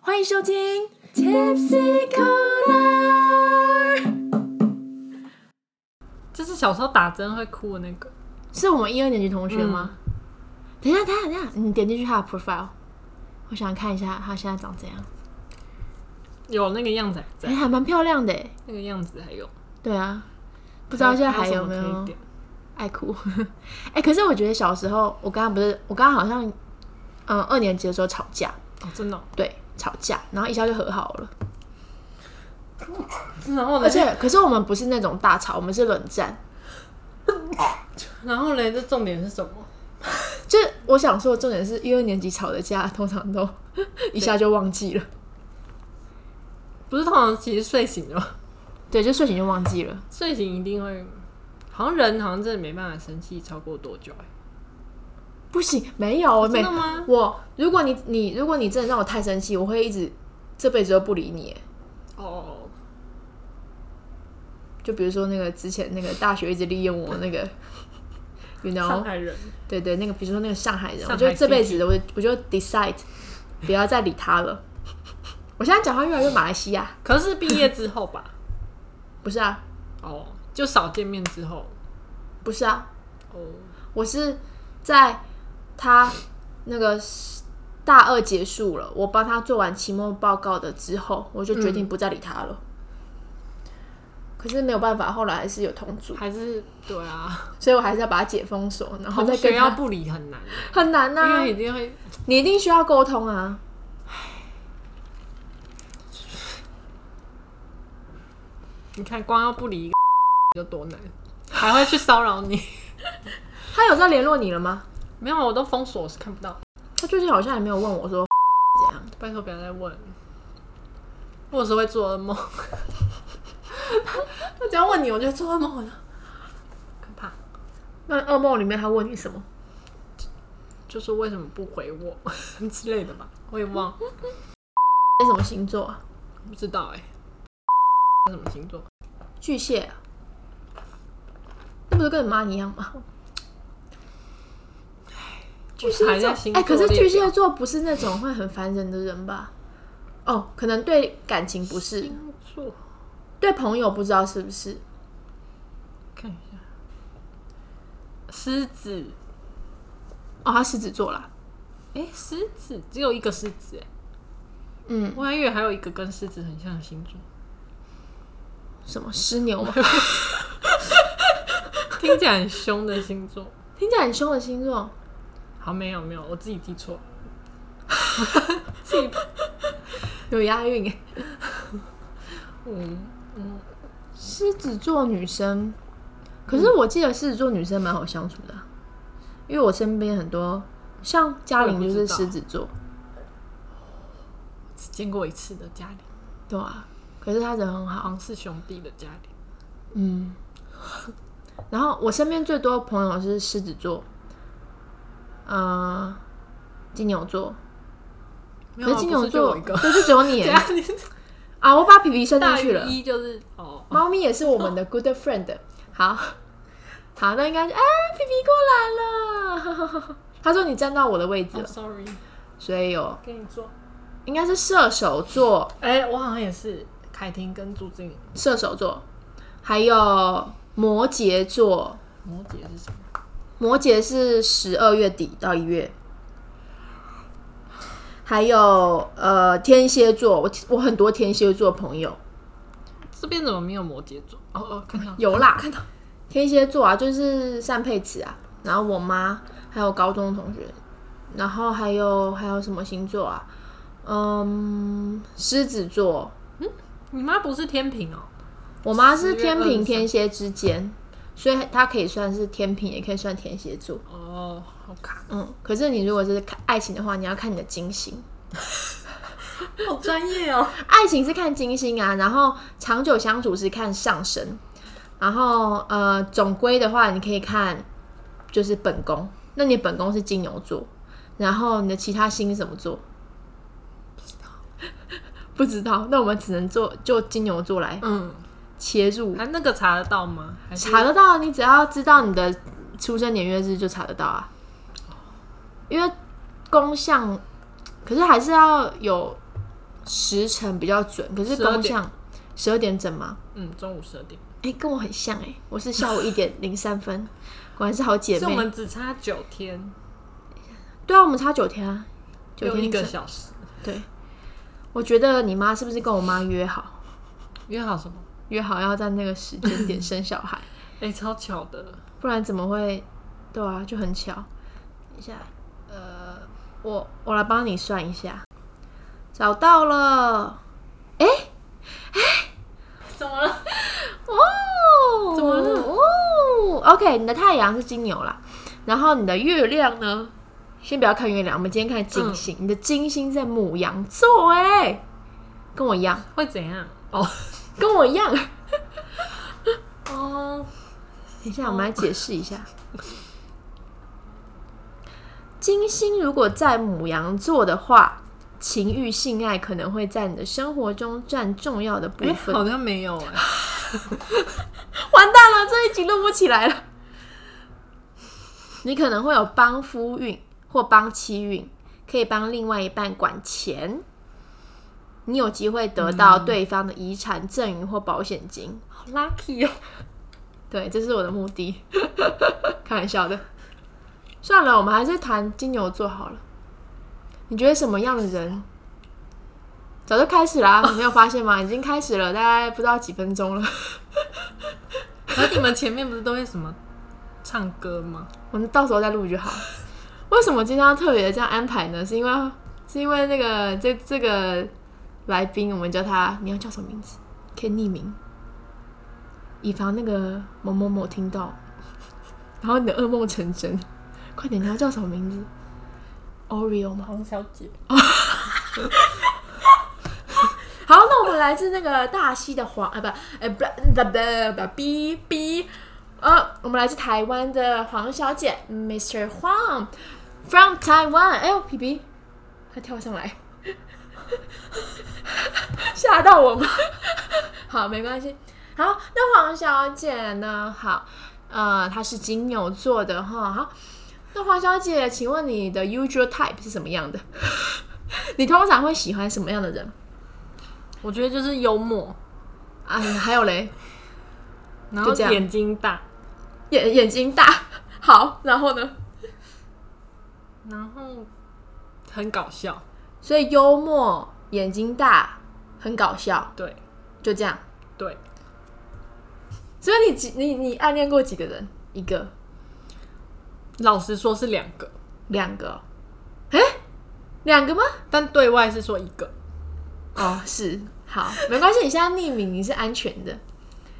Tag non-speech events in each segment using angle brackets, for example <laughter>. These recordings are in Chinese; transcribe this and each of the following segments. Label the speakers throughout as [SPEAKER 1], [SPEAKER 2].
[SPEAKER 1] 欢迎收听 Tipsy Corner，
[SPEAKER 2] 就是小时候打针会哭的那个，
[SPEAKER 1] 是我们一二年级同学吗？等一下，等一下，等一下，你点进去他的 profile，我想看一下他现在长怎样。
[SPEAKER 2] 有那个样子还
[SPEAKER 1] 哎、
[SPEAKER 2] 在，
[SPEAKER 1] 还蛮漂亮的耶。
[SPEAKER 2] 那个样子还有。
[SPEAKER 1] 对啊，不
[SPEAKER 2] 不
[SPEAKER 1] 知道现在还有没
[SPEAKER 2] 有什
[SPEAKER 1] 有
[SPEAKER 2] 么可以点？
[SPEAKER 1] 爱哭。 <laughs> 哎、可是我觉得小时候，我刚刚不是，我刚刚好像，嗯，二年级的时候吵架，
[SPEAKER 2] 哦，真的哦、
[SPEAKER 1] 对，吵架，然后一下就和好了。
[SPEAKER 2] <laughs> 然后
[SPEAKER 1] 而
[SPEAKER 2] 嘞，
[SPEAKER 1] 且，可是我们不是那种大吵，我们是冷战。
[SPEAKER 2] 然后嘞，这重点是什么？
[SPEAKER 1] 就是我想说，重点是一二年级吵的架，通常都 <laughs> 一下就忘记了，
[SPEAKER 2] 不是通常其实睡醒了 <laughs> 吗，
[SPEAKER 1] 对，就睡醒就忘记了。
[SPEAKER 2] 睡醒一定会，好像人好像真的没办法生气超过多久、欸，
[SPEAKER 1] 不行，没有，我
[SPEAKER 2] 真
[SPEAKER 1] 每
[SPEAKER 2] 的吗？
[SPEAKER 1] 我如果你你如果你真的让我太生气，我会一直这辈子都不理你耶。
[SPEAKER 2] 哦，
[SPEAKER 1] 就比如说那个之前那个大学一直利用我那个 <laughs> ，you
[SPEAKER 2] 上
[SPEAKER 1] know，
[SPEAKER 2] 海人
[SPEAKER 1] 对对，那个比如说那个上海人，
[SPEAKER 2] 上海
[SPEAKER 1] 我就这辈子的我我就 decide 不要再理他了。我现在讲话越来越马来西亚，
[SPEAKER 2] 可是毕业之后
[SPEAKER 1] <laughs>
[SPEAKER 2] 吧，
[SPEAKER 1] 不是啊，
[SPEAKER 2] 哦，就少见面之后，
[SPEAKER 1] 不是啊，
[SPEAKER 2] 哦，
[SPEAKER 1] 我是在他那个大二结束了，我帮他做完期末报告的之后，我就决
[SPEAKER 2] 嗯
[SPEAKER 1] 定不再理他了。可是没有办法，后来还是有同组，
[SPEAKER 2] 还是对
[SPEAKER 1] <laughs>
[SPEAKER 2] 啊，
[SPEAKER 1] 所以我还是要把他解封锁，然后
[SPEAKER 2] 同
[SPEAKER 1] 再跟
[SPEAKER 2] 学要
[SPEAKER 1] 他
[SPEAKER 2] 不理很难，
[SPEAKER 1] 很难呐、
[SPEAKER 2] 因为一定会
[SPEAKER 1] 你一定需要沟通啊。
[SPEAKER 2] 你看，光要不理一个 <laughs> 有多难，还会去骚扰你。
[SPEAKER 1] 他有在联络你了吗？
[SPEAKER 2] 没有，啊我都封锁，我是看不到。
[SPEAKER 1] 他最近好像也没有问我说 <laughs> 怎样。
[SPEAKER 2] 拜托不要再问，我有时候会做噩梦。他只要问你，我就做噩梦，我就可怕。
[SPEAKER 1] 那噩梦里面他问你什么？ <laughs>
[SPEAKER 2] 就是为什么不回我 <laughs> 之类的吧，我也忘，
[SPEAKER 1] 那什么星座啊？
[SPEAKER 2] 不知道哎、什么星座？
[SPEAKER 1] 巨蟹、啊。那不是跟你妈一样
[SPEAKER 2] <laughs>
[SPEAKER 1] 吗？巨蟹
[SPEAKER 2] 还
[SPEAKER 1] 座，
[SPEAKER 2] 在
[SPEAKER 1] 哎、
[SPEAKER 2] 星座
[SPEAKER 1] 可是
[SPEAKER 2] 列
[SPEAKER 1] 巨蟹
[SPEAKER 2] 表
[SPEAKER 1] 座不是那种会很烦人的人吧？哦，可能对感情不是，
[SPEAKER 2] 星座，
[SPEAKER 1] 对朋友不知道是不是？
[SPEAKER 2] 看一下，狮子，
[SPEAKER 1] 哦，他狮子座啦，
[SPEAKER 2] 哎、狮子只有一个狮子、欸，
[SPEAKER 1] 嗯，
[SPEAKER 2] 我还以为还有一个跟狮子很像的星座。
[SPEAKER 1] 什么狮牛啊吗？
[SPEAKER 2] 听起来很凶的星座。
[SPEAKER 1] <laughs> 听起来很凶的星座，
[SPEAKER 2] 好，没有没有，我自己记错，自己
[SPEAKER 1] 有押韵哎。
[SPEAKER 2] 嗯嗯，
[SPEAKER 1] 狮子座女生，可
[SPEAKER 2] 嗯
[SPEAKER 1] 是我记得狮子座女生蛮好相处的啊，因为我身边很多像嘉玲就是狮子座，
[SPEAKER 2] 只见过一次的嘉玲，
[SPEAKER 1] 对啊，可是她人很好，
[SPEAKER 2] 皇室兄弟的嘉玲，
[SPEAKER 1] 嗯。 <laughs> 然后我身边最多的朋友是狮子座，呃，金牛座，
[SPEAKER 2] 没
[SPEAKER 1] 可是金牛座
[SPEAKER 2] 有啊一个
[SPEAKER 1] <laughs> 对，就只有你
[SPEAKER 2] <laughs>
[SPEAKER 1] 耶
[SPEAKER 2] 嘉玲
[SPEAKER 1] 啊！我把皮皮算进
[SPEAKER 2] 大
[SPEAKER 1] 去
[SPEAKER 2] 于
[SPEAKER 1] 了，
[SPEAKER 2] 一就是哦，
[SPEAKER 1] 猫咪也是我们的 good friend。好， <laughs> 好，那应该是啊，皮皮过来了。 <laughs> 他说你站到我的位置
[SPEAKER 2] 哦
[SPEAKER 1] 了，
[SPEAKER 2] ，sorry，
[SPEAKER 1] 所以有
[SPEAKER 2] 跟你说，
[SPEAKER 1] 应该是射手座，
[SPEAKER 2] 哎，我好像也是凯婷跟朱静，
[SPEAKER 1] 射手座，还有摩羯座。
[SPEAKER 2] 摩羯是什么？
[SPEAKER 1] 摩羯是十二月底到一月，还有呃天蝎座，我我很多天蝎座朋友
[SPEAKER 2] 这边怎么没有摩羯座？哦哦，看 <laughs> 到
[SPEAKER 1] 有啦，
[SPEAKER 2] 看到，
[SPEAKER 1] 天蝎座啊，就是善佩慈啊，然后我妈，还有高中同学，然后还有还有什么星座啊？嗯，狮子座，
[SPEAKER 2] 你妈不是天平哦，
[SPEAKER 1] 我妈是
[SPEAKER 2] 10月
[SPEAKER 1] 天平
[SPEAKER 2] 23
[SPEAKER 1] 天蝎之间，所以她可以算是天平，也可以算天蝎座。
[SPEAKER 2] 哦，好卡，
[SPEAKER 1] 嗯，可是你如果是看爱情的话，你要看你的金星。
[SPEAKER 2] 好专业哦，
[SPEAKER 1] 爱情是看金星啊，然后长久相处是看上升，然后呃总归的话，你可以看就是本宫。那你的本宫是金牛座，然后你的其他星是什么座？ <laughs> 不知道，那我们只能做就金牛座来
[SPEAKER 2] 嗯，
[SPEAKER 1] 切入，
[SPEAKER 2] 还那个查得到吗？还是
[SPEAKER 1] 查得到，你只要知道你的出生年月日就查得到啊。因为宫相，可是还是要有时辰比较准，可是
[SPEAKER 2] 12
[SPEAKER 1] 风向十二点整吗？
[SPEAKER 2] 嗯，中午十二点，
[SPEAKER 1] 哎、跟我很像哎、我是下午一点零三 <laughs> 分，果然是好姐
[SPEAKER 2] 是我
[SPEAKER 1] 妹。
[SPEAKER 2] 们只差九天，
[SPEAKER 1] 对啊，我们差九天啊，九
[SPEAKER 2] 有一
[SPEAKER 1] 天
[SPEAKER 2] 个
[SPEAKER 1] 整。
[SPEAKER 2] 小时。
[SPEAKER 1] 对，我觉得你妈是不是跟我妈约好，
[SPEAKER 2] 约好什么？
[SPEAKER 1] 约好要在那个时间点生小孩，
[SPEAKER 2] 哎、超巧的，
[SPEAKER 1] 不然怎么会？对啊，就很巧。等一下，呃，我我来帮你算一下，找到了。
[SPEAKER 2] 怎么了？
[SPEAKER 1] 哦，
[SPEAKER 2] 怎么了
[SPEAKER 1] 哦，OK，你的太阳是金牛啦，然后你的月亮呢？
[SPEAKER 2] 嗯
[SPEAKER 1] 先不要看月亮，我们今天看金星。你的金星在母羊座、哎，跟我一样，
[SPEAKER 2] 会怎样？哦
[SPEAKER 1] 跟我一样。
[SPEAKER 2] 哦，
[SPEAKER 1] 等一下，我们来解释一下。金星如果在母羊座的话，情欲性爱可能会在你的生活中占重要的部
[SPEAKER 2] 哎、
[SPEAKER 1] 分。
[SPEAKER 2] 好像没有哎、
[SPEAKER 1] 完蛋了，这一集录不起来了。你可能会有帮夫运或帮妻运，可以帮另外一半管钱。你有机会得到对方的遗产、赠与或保险金。
[SPEAKER 2] 好 <laughs> lucky 哦。
[SPEAKER 1] 对，这是我的目的。 <laughs> 开玩笑的。算了，我们还是谈金牛座好了。你觉得什么样的人？早就开始啦、你没有发现吗？已经开始了，大概不知道几分钟了。
[SPEAKER 2] 可是你们前面不是都会什么唱歌吗？
[SPEAKER 1] 我们到时候再录就好。为什么今天要特别这样安排呢？是因为是因为那个这这个来宾，我们叫他，你要叫什么名字？可以匿名，以防那个某某某听到，然后你的噩梦成真。快点，你要叫什么名字？Oreo 吗？
[SPEAKER 2] 黄小姐，
[SPEAKER 1] 好，那我们来自那个大溪的黄啊，不，哎不不不不，B B，呃，我们来自台湾的黄小姐，Mr. 黄，from Taiwan，哎呦，P P，她跳上来， <laughs> 吓到我吗？ <laughs> 好，没关系。好，那黄小姐呢？好，呃，她是金牛座的哈。好，那黄小姐，请问你的 usual type 是什么样的？ <laughs> 你通常会喜欢什么样的人？
[SPEAKER 2] 我觉得就是幽默，
[SPEAKER 1] 啊，还有嘞，
[SPEAKER 2] 然后
[SPEAKER 1] 就这样
[SPEAKER 2] 眼睛大，
[SPEAKER 1] 眼眼睛大， <laughs> 好，然后呢？
[SPEAKER 2] 然后很搞笑，
[SPEAKER 1] 所以幽默，眼睛大，很搞笑，
[SPEAKER 2] 对
[SPEAKER 1] 就这样。
[SPEAKER 2] 对，
[SPEAKER 1] 所以你几你你暗恋过几个人？一个、
[SPEAKER 2] 老实说是两个，
[SPEAKER 1] 两个、哦？哎，两个吗？
[SPEAKER 2] 但对外是说一个，
[SPEAKER 1] 哦，是，好，没关系，你现在匿名，你是安全的。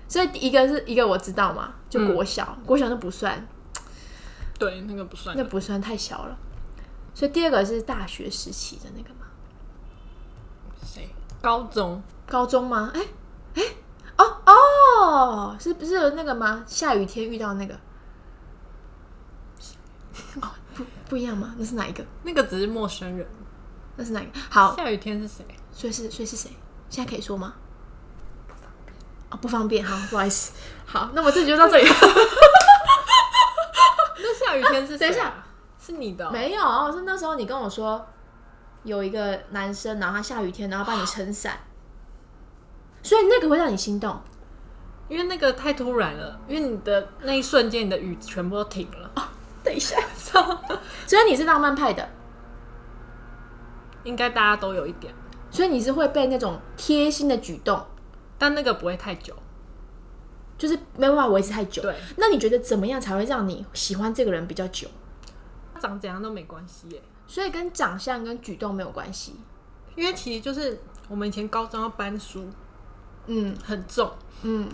[SPEAKER 1] 所以一个是一个我知道嘛，就国小，国小那不算，
[SPEAKER 2] 对那个不算
[SPEAKER 1] 那，不算太小了。所以第二个是大学时期的那个嘛，
[SPEAKER 2] 谁？高中
[SPEAKER 1] 高中吗？哎、哎、哦哦，是不是有那个吗？下雨天遇到那个，哦，不不一样吗？那是哪一个？
[SPEAKER 2] 那个只是陌生人，
[SPEAKER 1] 那是哪一个？好，
[SPEAKER 2] 下雨天是谁？
[SPEAKER 1] 所以是所以是谁？现在可以说吗？哦，不方便，好，不好意思。好，那我这集就到 <laughs> 这里。
[SPEAKER 2] 那下雨天是谁、
[SPEAKER 1] <laughs> 等一下
[SPEAKER 2] 下，是你的哦、
[SPEAKER 1] 没有，是那时候你跟我说有一个男生，然后他下雨天，然后帮你撑伞，所以那个会让你心动。
[SPEAKER 2] 因为那个太突然了，因为你的那一瞬间，你的雨全部都停了，
[SPEAKER 1] <laughs> 哦等一下，所以你是浪漫派的。
[SPEAKER 2] 应该大家都有一点，
[SPEAKER 1] 所以你是会被那种贴心的举动，
[SPEAKER 2] 但那个不会太久。
[SPEAKER 1] 就是没办法维持太久。
[SPEAKER 2] 对，
[SPEAKER 1] 那你觉得怎么样才会让你喜欢这个人比较久？
[SPEAKER 2] 长怎样都没关系耶，
[SPEAKER 1] 所以跟长相跟举动没有关系。
[SPEAKER 2] 因为其实就是我们以前高中要搬书
[SPEAKER 1] 嗯
[SPEAKER 2] 很重，
[SPEAKER 1] 嗯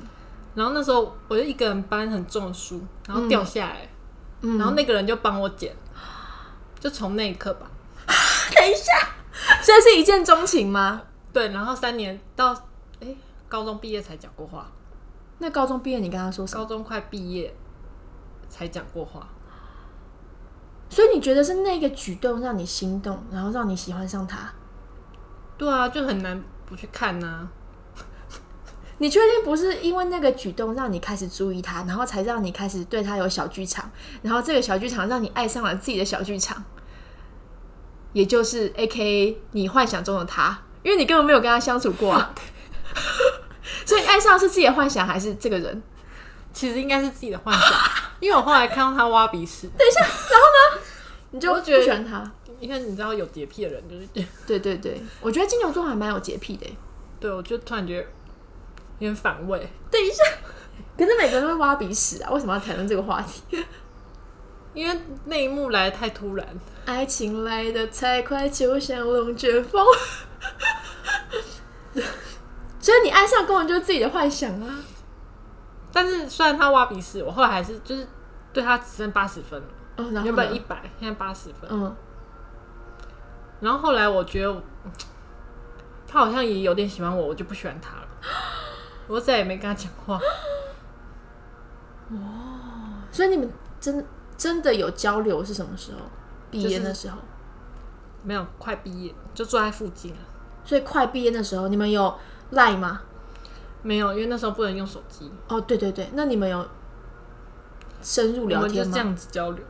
[SPEAKER 2] 然后那时候我就一个人搬很重的书，然后掉下来，
[SPEAKER 1] 嗯。
[SPEAKER 2] 然后那个人就帮我捡，就从那一刻吧，
[SPEAKER 1] 等一下，所以是一见钟情吗？
[SPEAKER 2] 对，然后三年到哎、高中毕业才讲过话，
[SPEAKER 1] 那高中毕业你跟他说什么？
[SPEAKER 2] 高中快毕业才讲过话，
[SPEAKER 1] 所以你觉得是那个举动让你心动，然后让你喜欢上他？
[SPEAKER 2] 对啊，就很难不去看啊呐、
[SPEAKER 1] 你确定不是因为那个举动让你开始注意他，然后才让你开始对他有小剧场，然后这个小剧场让你爱上了自己的小剧场，也就是 A K A 你幻想中的他。因为你根本没有跟他相处过啊。 <laughs> 所以爱上的是自己的幻想还是这个人？
[SPEAKER 2] 其实应该是自己的
[SPEAKER 1] <laughs>
[SPEAKER 2] 幻想，因为我后来看到他挖鼻屎，
[SPEAKER 1] 你就
[SPEAKER 2] 我觉得
[SPEAKER 1] 不喜欢他？
[SPEAKER 2] 因为你知道有洁癖的人就是这样，
[SPEAKER 1] 对对对，我觉得金牛座还蛮有洁癖的欸。
[SPEAKER 2] 对我就突然觉得有点反胃，
[SPEAKER 1] 等一下，可是每个人都会挖鼻屎啊，为什么要谈论这个话题？
[SPEAKER 2] 因为那一幕来得太突然，
[SPEAKER 1] 爱情来得太快，就像龙卷风。 <laughs> 所以你爱上根本就是自己的幻想啊！
[SPEAKER 2] 但是虽然他挖鼻屎，我后来还是就是对他只剩八十分了，
[SPEAKER 1] 哦，然后
[SPEAKER 2] 原
[SPEAKER 1] 呢
[SPEAKER 2] 本一百，现在八十分。
[SPEAKER 1] 嗯，
[SPEAKER 2] 然后后来我觉得我他好像也有点喜欢我，我就不喜欢他了，我再也没跟他讲话。
[SPEAKER 1] 所以你们真真的有交流是什么时候？毕业
[SPEAKER 2] 就是
[SPEAKER 1] 那时候，
[SPEAKER 2] 没有，快毕业就住在附近了。
[SPEAKER 1] 所以快毕业那时候，你们有赖吗？
[SPEAKER 2] 没有，因为那时候不能用手机，
[SPEAKER 1] 哦，对对对，那你们有深入
[SPEAKER 2] 我
[SPEAKER 1] 聊
[SPEAKER 2] 们就
[SPEAKER 1] 天
[SPEAKER 2] 这
[SPEAKER 1] 吗？
[SPEAKER 2] 样子交流。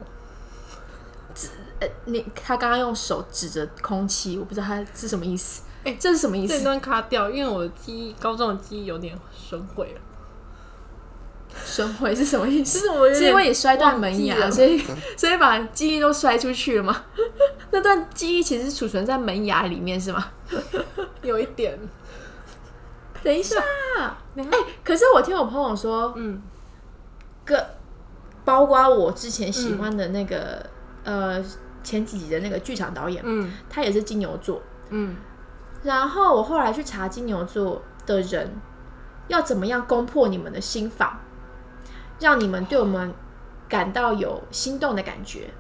[SPEAKER 1] 呃，你他刚刚用手指着空气，我不知道他是什么意思。
[SPEAKER 2] 哎
[SPEAKER 1] 这是什么意
[SPEAKER 2] 这
[SPEAKER 1] 思？
[SPEAKER 2] 段卡掉，因为我的记忆，高中的记忆有点损毁了。
[SPEAKER 1] 损毁是什么意思？
[SPEAKER 2] 是我有点
[SPEAKER 1] 是因为你摔断门
[SPEAKER 2] 忘记
[SPEAKER 1] 牙，
[SPEAKER 2] 了
[SPEAKER 1] 所以 <laughs> 所以把记忆都摔出去了吗？ <laughs> 那段记忆其实储存在门牙里面是吗？
[SPEAKER 2] 有一点，
[SPEAKER 1] 等一下，哎、
[SPEAKER 2] 等一
[SPEAKER 1] 可是我听我朋友说，
[SPEAKER 2] 嗯，
[SPEAKER 1] 个包括我之前喜
[SPEAKER 2] 嗯
[SPEAKER 1] 欢的那个、呃前几集的那个剧场导演，
[SPEAKER 2] 嗯
[SPEAKER 1] 他也是金牛座。
[SPEAKER 2] 嗯，
[SPEAKER 1] 然后我后来去查金牛座的人要怎么样攻破你们的心房，让你们对我们感到有心动的感觉。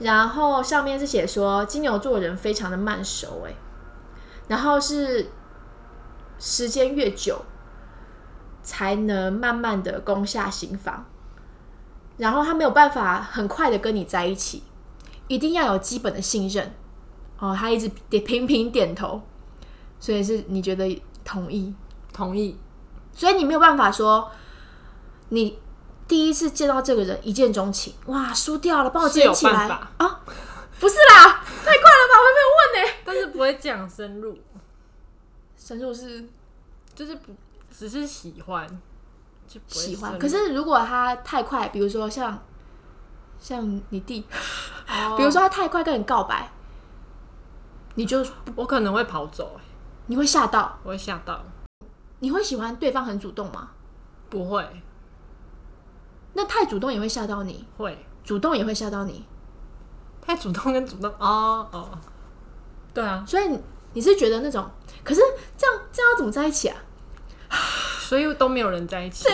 [SPEAKER 1] 然后上面是写说金牛座人非常的慢熟、欸，然后是时间越久才能慢慢的攻下心房，然后他没有办法很快的跟你在一起，一定要有基本的信任。哦，他一直点频频点头，所以是你觉得同意，
[SPEAKER 2] 同意。
[SPEAKER 1] 所以你没有办法说你第一次见到这个人一见钟情，哇，输掉了，帮我
[SPEAKER 2] 是
[SPEAKER 1] 捡
[SPEAKER 2] 有
[SPEAKER 1] 起来
[SPEAKER 2] 办法
[SPEAKER 1] 啊！不是
[SPEAKER 2] <laughs>
[SPEAKER 1] 啦，太快了吧，我还没有问呢、
[SPEAKER 2] 但是不会讲深入，
[SPEAKER 1] 神入是
[SPEAKER 2] 就是不只是喜欢，就不会
[SPEAKER 1] 喜欢，
[SPEAKER 2] 深入
[SPEAKER 1] 可是如果他太快，比如说像像你弟，
[SPEAKER 2] 哦
[SPEAKER 1] 比如说他太快跟你告白，你就
[SPEAKER 2] 我可能会跑走、欸，
[SPEAKER 1] 你会吓到，
[SPEAKER 2] 我会吓到，
[SPEAKER 1] 你会喜欢对方很主动吗？
[SPEAKER 2] 不会
[SPEAKER 1] 那太主动也会吓到你，
[SPEAKER 2] 会
[SPEAKER 1] 主动也会吓到你。
[SPEAKER 2] 太主动跟主动哦哦，对啊，
[SPEAKER 1] 所以你你是觉得那种，可是这样这样要怎么在一起啊？
[SPEAKER 2] 所以都没有人在一起。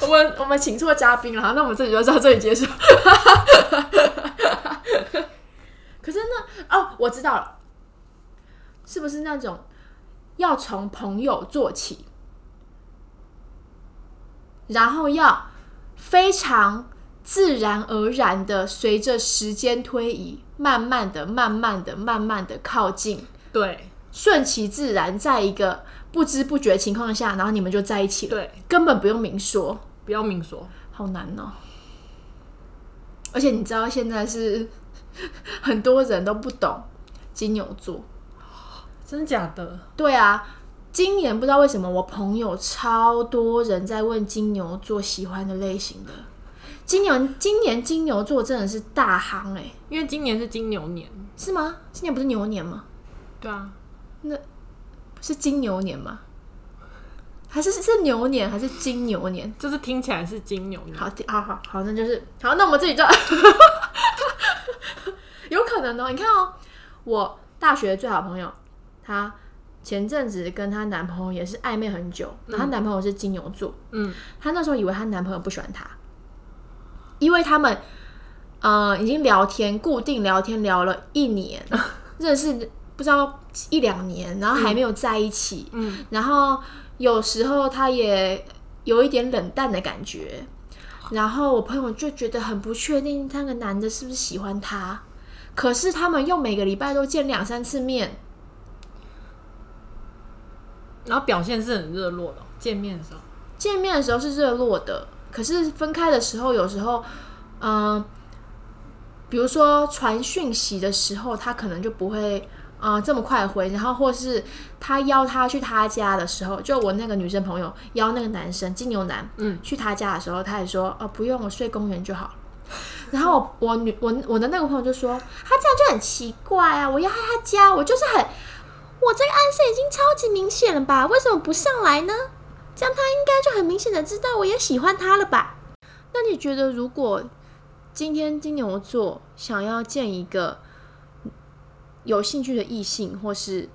[SPEAKER 1] 我们我们请错嘉宾了，好那我们这集就到这里 <laughs> 结束。可是那哦，我知道了，是不是那种要从朋友做起，然后要非常自然而然的随着时间推移，慢慢的、慢慢的、慢慢的靠近，
[SPEAKER 2] 对
[SPEAKER 1] 顺其自然，在一个不知不觉的情况下，然后你们就在一起了，
[SPEAKER 2] 对，
[SPEAKER 1] 根本不用明说，
[SPEAKER 2] 不要明说，
[SPEAKER 1] 好难哦。而且你知道现在是很多人都不懂金牛座，
[SPEAKER 2] 真的假的？
[SPEAKER 1] 对啊，今年不知道为什么我朋友超多人在问金牛座喜欢的类型的，今年今年金牛座真的是大夯哎、
[SPEAKER 2] 因为今年是金牛年，
[SPEAKER 1] 是吗？今年不是牛年吗？
[SPEAKER 2] 对啊，
[SPEAKER 1] 是金牛年吗？还是是牛年还是金牛年？
[SPEAKER 2] 就是听起来是金牛年，
[SPEAKER 1] 好，第好好好，那就是好，那我们这里就 <laughs> 有可能哦。你看哦，我大学最好的朋友，她前阵子跟她男朋友也是暧昧很久，然后她男朋友是金牛座，
[SPEAKER 2] 嗯，
[SPEAKER 1] 她那时候以为她男朋友不喜欢她，因为他们呃已经聊天，固定聊天聊了一年，认识不知道一两年，然后还没有在一起，
[SPEAKER 2] 嗯，
[SPEAKER 1] 然后有时候他也有一点冷淡的感觉，然后我朋友就觉得很不确定那个男的是不是喜欢她，可是他们又每个礼拜都见两三次面，
[SPEAKER 2] 然后表现是很热络的哦，见面的时候，
[SPEAKER 1] 见面的时候是热络的，可是分开的时候，有时候，呃嗯、比如说传讯息的时候，他可能就不会啊、这么快回，然后或是他邀他去他家的时候，就我那个女生朋友邀那个男生金牛男，
[SPEAKER 2] 嗯，
[SPEAKER 1] 去他家的时候，他也说哦不用，我睡公园就好了。 <laughs> 然后我我女我我的那个朋友就说，他这样就很奇怪啊！我要他家，我就是很，我这个暗示已经超级明显了吧？为什么不上来呢？这样他应该就很明显的知道我也喜欢他了吧？那你觉得如果今天金牛座想要见一个有兴趣的异性，或是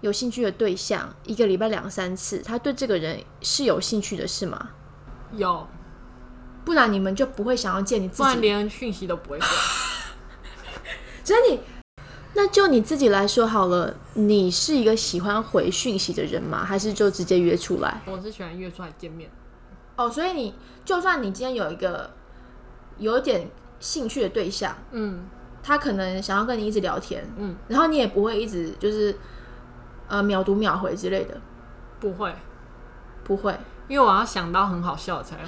[SPEAKER 1] 有兴趣的对象，一个礼拜两三次，他对这个人是有兴趣的，是吗？
[SPEAKER 2] 有，
[SPEAKER 1] 不然你们就不会想要见你自
[SPEAKER 2] 不然
[SPEAKER 1] 己。
[SPEAKER 2] 连讯息都不会回。
[SPEAKER 1] 所以你，那就你自己来说好了，你是一个喜欢回讯息的人吗？还是就直接约出来？
[SPEAKER 2] 我是喜欢约出来见面，
[SPEAKER 1] 哦，所以你就算你今天有一个有点兴趣的对象，
[SPEAKER 2] 嗯
[SPEAKER 1] 他可能想要跟你一直聊天，
[SPEAKER 2] 嗯，
[SPEAKER 1] 然后你也不会一直就是呃秒读秒回之类的，
[SPEAKER 2] 不会，
[SPEAKER 1] 不会，
[SPEAKER 2] 因为我要想到很好笑才 <laughs> 会。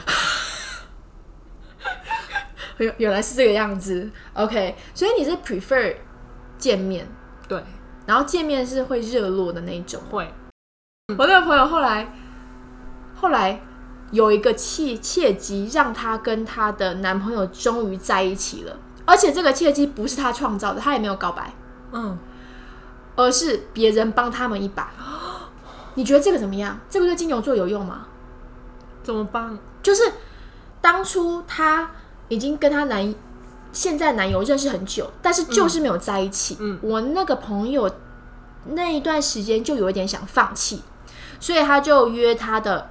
[SPEAKER 1] 原原来是这个样子。OK，所以你是 prefer 见面，
[SPEAKER 2] 对，
[SPEAKER 1] 然后见面是会热络的那一种。
[SPEAKER 2] 会，
[SPEAKER 1] 我那个朋友后来后来有一个契契机，让她跟她的男朋友终于在一起了，而且这个契机不是她创造的，她也没有告白，
[SPEAKER 2] 嗯，
[SPEAKER 1] 而是别人帮他们一把。你觉得这个怎么样？这个对金牛座有用吗？
[SPEAKER 2] 怎么办？
[SPEAKER 1] 就是当初她已经跟她男现在男友认识很久，但是就是没有在一起。
[SPEAKER 2] 嗯
[SPEAKER 1] 我那个朋友那一段时间就有一点想放弃，所以她就约她的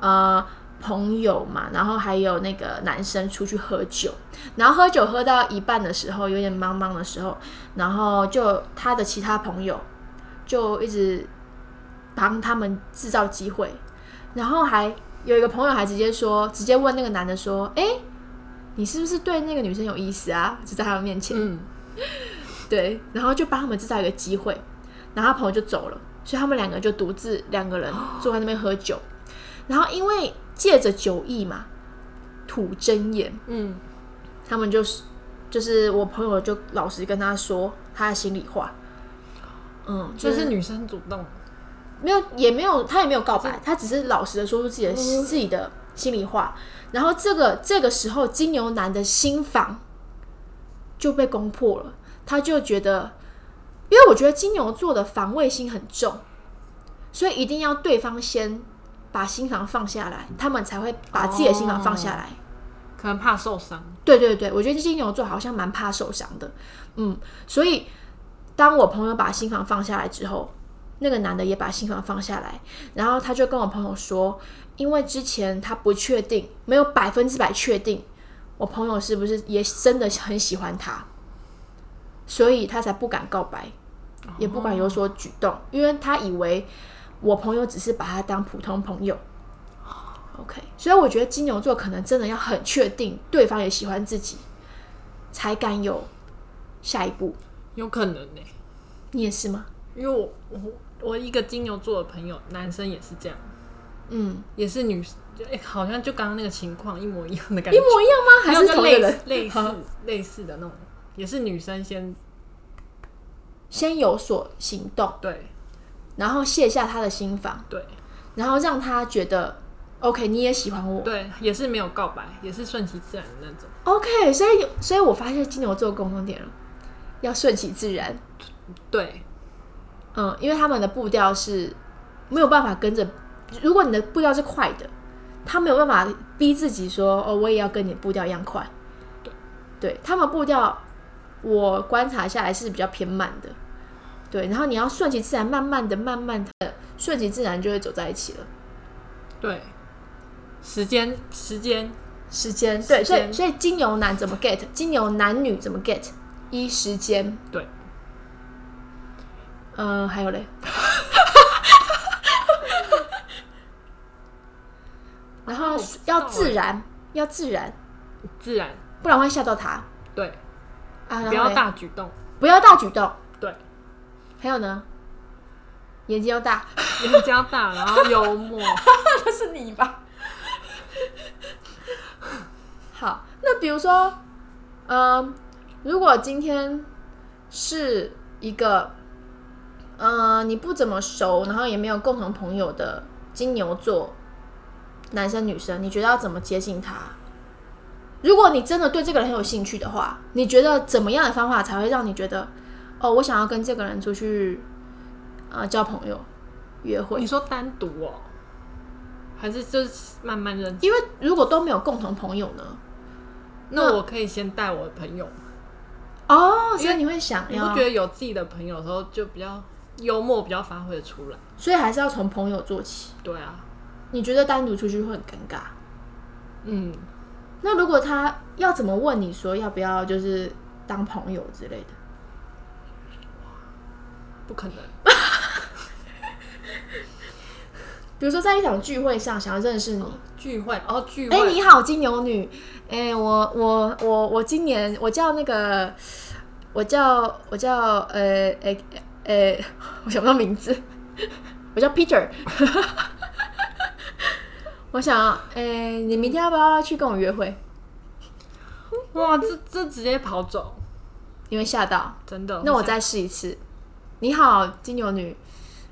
[SPEAKER 1] 呃朋友嘛，然后还有那个男生出去喝酒，然后喝酒喝到一半的时候，有点茫茫的时候，然后就她的其他朋友就一直帮他们制造机会，然后还有一个朋友还直接说，直接问那个男的说：“哎、你是不是对那个女生有意思啊？”就在他们面前，
[SPEAKER 2] 嗯，
[SPEAKER 1] 对，然后就帮他们制造一个机会，然后他朋友就走了，所以他们两个就独自两个人坐在那边喝酒，然后因为借着酒意嘛，吐真言，
[SPEAKER 2] 嗯，
[SPEAKER 1] 他们就是就是我朋友就老实跟他说他的心里话，嗯，就
[SPEAKER 2] 哦就是是女生主动，
[SPEAKER 1] 没有，也没有，他也没有告白，他只是老实的说出自己的、自己的心里话。然后这个这个时候，金牛男的心房就被攻破了，他就觉得，因为我觉得金牛座的防卫心很重，所以一定要对方先把心房放下来，他们才会把自己的心房放下来。
[SPEAKER 2] 可能怕受伤，
[SPEAKER 1] 对对对，我觉得金牛座好像蛮怕受伤的，嗯，所以当我朋友把心房放下来之后，那个男的也把心房放下来，然后他就跟我朋友说，因为之前他不确定，没有百分之百确定我朋友是不是也真的很喜欢他，所以他才不敢告白，也不敢有所举动，因为他以为我朋友只是把他当普通朋友。OK，所以我觉得金牛座可能真的要很确定对方也喜欢自己，才敢有下一步。
[SPEAKER 2] 有可能呢、
[SPEAKER 1] 你也是吗？
[SPEAKER 2] 因为我我我一个金牛座的朋友，男生也是这样，
[SPEAKER 1] 嗯，
[SPEAKER 2] 也是女，就诶好像就刚刚那个情况一模一样的感
[SPEAKER 1] 一
[SPEAKER 2] 觉，
[SPEAKER 1] 模一样吗？还
[SPEAKER 2] 没有
[SPEAKER 1] 是
[SPEAKER 2] 就
[SPEAKER 1] 同一个
[SPEAKER 2] 类
[SPEAKER 1] 人
[SPEAKER 2] 似？类
[SPEAKER 1] 好
[SPEAKER 2] 似类似的那种，也是女生先
[SPEAKER 1] 先有所行动，
[SPEAKER 2] 对
[SPEAKER 1] 然后卸下他的心防，
[SPEAKER 2] 对
[SPEAKER 1] 然后让他觉得 OK，你也喜欢我。
[SPEAKER 2] 对，也是没有告白，也是顺其自然的那种，
[SPEAKER 1] OK，所以所以我发现金牛座的共同点了，要顺其自然。
[SPEAKER 2] 对，
[SPEAKER 1] 嗯，因为他们的步调是没有办法跟着，如果你的步调是快的，他没有办法逼自己说哦，我也要跟你步调一样快。对，他们步调我观察下来是比较偏慢的，对，然后你要顺其自然，慢慢的、慢慢的、顺其自然就会走在一起了。
[SPEAKER 2] 对，时间时间
[SPEAKER 1] 时间对，
[SPEAKER 2] 时
[SPEAKER 1] 所以
[SPEAKER 2] 间
[SPEAKER 1] 所以金牛男怎么 get，金牛男女怎么 get，一时间，
[SPEAKER 2] 对，
[SPEAKER 1] 呃，还有
[SPEAKER 2] <laughs>
[SPEAKER 1] 嘞，然后
[SPEAKER 2] 哦我不知道欸
[SPEAKER 1] 要自然，要自然，
[SPEAKER 2] 自然
[SPEAKER 1] 不然会吓到他
[SPEAKER 2] 对，
[SPEAKER 1] 啊。
[SPEAKER 2] 不
[SPEAKER 1] 然后
[SPEAKER 2] 要
[SPEAKER 1] 嘞，
[SPEAKER 2] 大举动，
[SPEAKER 1] 不要大举动，
[SPEAKER 2] 对，
[SPEAKER 1] 还有呢，眼睛要大，
[SPEAKER 2] 眼睛要大，然后幽默，
[SPEAKER 1] 那是你吧？ <laughs> 好，那比如说，呃嗯、如果今天是一个呃，你不怎么熟，然后也没有共同朋友的金牛座男生女生，你觉得要怎么接近他？如果你真的对这个人很有兴趣的话，你觉得怎么样的方法才会让你觉得，哦，我想要跟这个人出去，呃，交朋友、约会
[SPEAKER 2] <laughs> 你？说单独哦，还是就是慢慢认识？
[SPEAKER 1] 因为如果都没有共同朋友呢？
[SPEAKER 2] 那我可以先带我的朋友吗，
[SPEAKER 1] 哦，所以你会想
[SPEAKER 2] 你不
[SPEAKER 1] 要
[SPEAKER 2] 觉，得有啊自己的朋友的时候就比较幽默，比较发挥得出来？
[SPEAKER 1] 所以还是要从朋友做起。
[SPEAKER 2] 对啊，
[SPEAKER 1] 你觉得单独出去会很尴尬？
[SPEAKER 2] 嗯，
[SPEAKER 1] 那如果他要怎么问你说要不要就是当朋友之类的？
[SPEAKER 2] 不可能，
[SPEAKER 1] 比如说在一场聚会上想要认识你，
[SPEAKER 2] 聚会哦，聚
[SPEAKER 1] 哎、
[SPEAKER 2] 会，
[SPEAKER 1] 你好，金牛女，哎、我我我我今年我叫那个，我叫我叫呃呃呃，我想不到名字，我叫 Peter，我想要，哎、你明天要不要去跟我约会？
[SPEAKER 2] 哇，这这直接跑走，
[SPEAKER 1] 你会吓到，
[SPEAKER 2] 真的。
[SPEAKER 1] 那我
[SPEAKER 2] 想
[SPEAKER 1] 再试一次。你好，金牛女，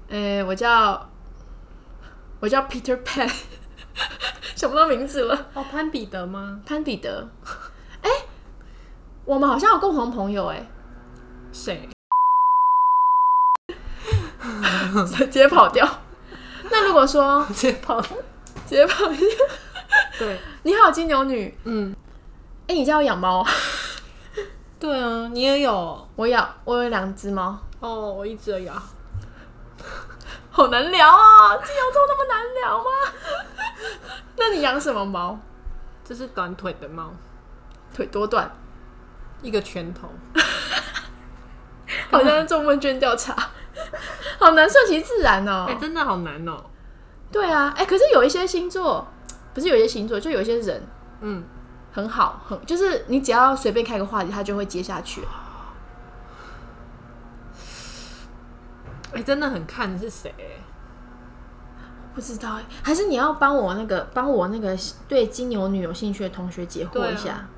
[SPEAKER 1] 呃，我叫我叫 Peter Pan，想不到名字了，
[SPEAKER 2] 哦，潘彼得吗？
[SPEAKER 1] 潘彼得。 <laughs> 哎、我们好像有共同朋友哎、
[SPEAKER 2] 谁？
[SPEAKER 1] 直接跑掉。 <laughs> 那如果说
[SPEAKER 2] 直接跑。
[SPEAKER 1] 直接跑掉，
[SPEAKER 2] 对，
[SPEAKER 1] 你好，金牛女，
[SPEAKER 2] 嗯，
[SPEAKER 1] 哎、你家有养猫？
[SPEAKER 2] 对啊，你也有哦，
[SPEAKER 1] 我养，我有两只猫，
[SPEAKER 2] 我一直有。
[SPEAKER 1] 好难聊啊、金牛座那么难聊吗？ <laughs> 那你养什么猫？
[SPEAKER 2] 这是短腿的猫，
[SPEAKER 1] 腿多短？
[SPEAKER 2] 一个拳头。
[SPEAKER 1] 好像在做问卷调查， <laughs> 好难顺其自然哦
[SPEAKER 2] 哎、。真的好难哦。
[SPEAKER 1] 对啊，哎、可是有一些星座，不是有一些星座，就有一些人
[SPEAKER 2] 嗯，
[SPEAKER 1] 很好，很就是你只要随便开个话题，他就会接下去。
[SPEAKER 2] 哎、真的很看是谁、
[SPEAKER 1] 不知道哎，还是你要帮我那个帮我那个对金牛女有兴趣的同学解惑一
[SPEAKER 2] 对
[SPEAKER 1] 下，
[SPEAKER 2] 啊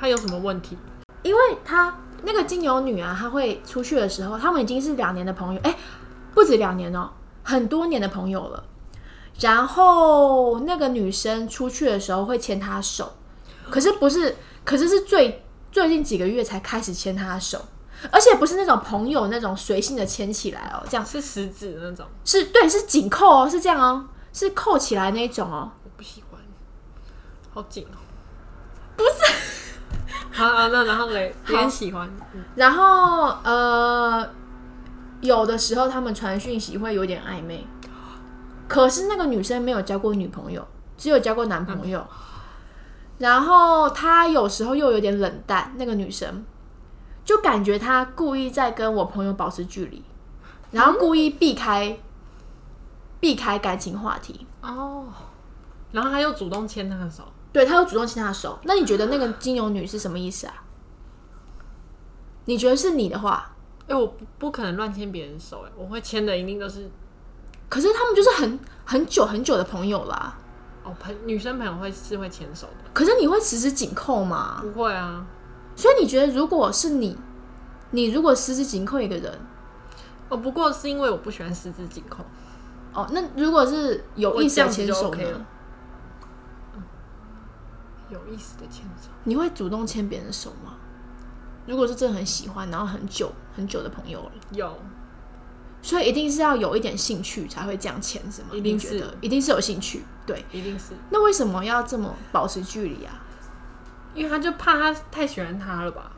[SPEAKER 2] 他有什么问题？
[SPEAKER 1] 因为她那个金牛女啊，她会出去的时候，他们已经是两年的朋友，哎，不止两年哦，很多年的朋友了。然后那个女生出去的时候会牵她手，可是不是，可是是最最近几个月才开始牵她手，而且不是那种朋友那种随性的牵起来哦，这样
[SPEAKER 2] 是食指那种，
[SPEAKER 1] 是对，是紧扣哦，是这样哦，是扣起来那一种哦。
[SPEAKER 2] 我不喜欢，好紧哦。不 <laughs> 是。好啊，那然后嘞，别人喜欢，嗯
[SPEAKER 1] 然后呃，有的时候他们传讯息会有点暧昧，可是那个女生没有交过女朋友，只有交过男朋友。然后她有时候又有点冷淡，那个女生就感觉她故意在跟我朋友保持距离，然后故意避开、避开感情话题。
[SPEAKER 2] 哦，然后他又主动牵他的手，
[SPEAKER 1] 对，她又主动牵她的手。那你觉得那个金牛女是什么意思啊？你觉得是你的话，
[SPEAKER 2] 哎、我不不可能乱牵别人手、哎，我会牵的一定都是
[SPEAKER 1] 可是他们就是很很久很久的朋友啦。
[SPEAKER 2] 哦，朋女生朋友会是会牵手的，
[SPEAKER 1] 可是你会十指紧扣吗？
[SPEAKER 2] 不会啊，
[SPEAKER 1] 所以你觉得，如果是你，你如果十指紧扣一个人，
[SPEAKER 2] 哦，不过是因为我不喜欢十指紧扣，
[SPEAKER 1] 哦，那如果是有
[SPEAKER 2] 我
[SPEAKER 1] 意
[SPEAKER 2] 这
[SPEAKER 1] 识的
[SPEAKER 2] 样子
[SPEAKER 1] 牵
[SPEAKER 2] 就
[SPEAKER 1] 手
[SPEAKER 2] OK 了
[SPEAKER 1] 呢？
[SPEAKER 2] 有意思的牵手，
[SPEAKER 1] 你会主动牵别人的手吗？如果是真的很喜欢，然后很久很久的朋友了，
[SPEAKER 2] 有
[SPEAKER 1] 所以一定是要有一点兴趣才会这样牵，是吗？
[SPEAKER 2] 一定
[SPEAKER 1] 你觉
[SPEAKER 2] 是
[SPEAKER 1] 得一定是有兴趣。对，
[SPEAKER 2] 一定是，
[SPEAKER 1] 那为什么要这么保持距离啊？
[SPEAKER 2] 因为他就怕他太喜欢他了吧？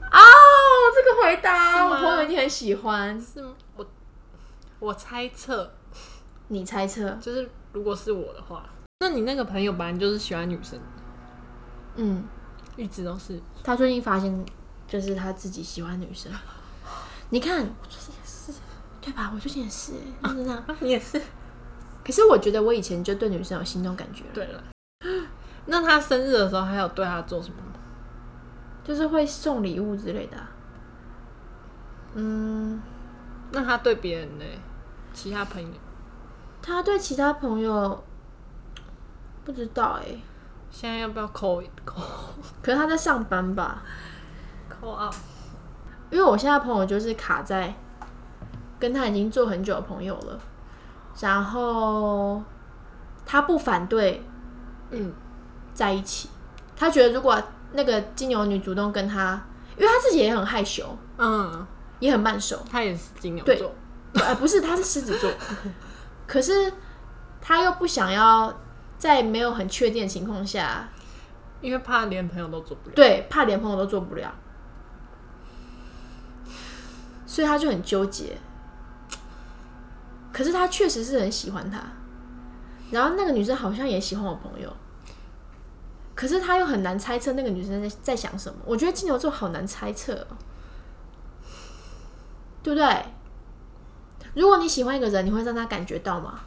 [SPEAKER 2] 啊
[SPEAKER 1] 哦，这个回答
[SPEAKER 2] 我朋友一
[SPEAKER 1] 定很喜欢。
[SPEAKER 2] 是吗我我猜测，
[SPEAKER 1] 你猜测？
[SPEAKER 2] 就是如果是我的话，那你那个朋友本来就是喜欢女生，
[SPEAKER 1] 嗯，
[SPEAKER 2] 一直都是，
[SPEAKER 1] 他最近发现，就是他自己喜欢女生。你看，对吧？我最近也是，欸就是这样。
[SPEAKER 2] 啊，你也是，
[SPEAKER 1] 可是我觉得我以前就对女生有心动感觉，，
[SPEAKER 2] 对了。那他生日的时候，还有对他做什么吗？
[SPEAKER 1] 就是会送礼物之类的啊、嗯，
[SPEAKER 2] 那他对别人呢？其他朋友
[SPEAKER 1] 他对其他朋友不知道哎、
[SPEAKER 2] 现在要不要扣扣
[SPEAKER 1] 可是他在上班吧？
[SPEAKER 2] 扣 out？
[SPEAKER 1] 因为我现在朋友就是卡在跟他已经做很久的朋友了，然后他不反对
[SPEAKER 2] 嗯，
[SPEAKER 1] 在一起，他觉得如果那个金牛女主动跟他，因为他自己也很害羞，
[SPEAKER 2] 嗯，
[SPEAKER 1] 也很慢熟，
[SPEAKER 2] 他也是金牛
[SPEAKER 1] 对
[SPEAKER 2] 座，
[SPEAKER 1] 呃，不是，他是狮子座， <laughs> 可是他又不想要在没有很确定的情况下，
[SPEAKER 2] 因为怕连朋友都做不了。
[SPEAKER 1] 对，怕连朋友都做不了，所以他就很纠结。可是他确实是很喜欢他，然后那个女生好像也喜欢我朋友，可是他又很难猜测那个女生在在想什么。我觉得金牛座好难猜测、哦，对不对？如果你喜欢一个人，你会让他感觉到吗？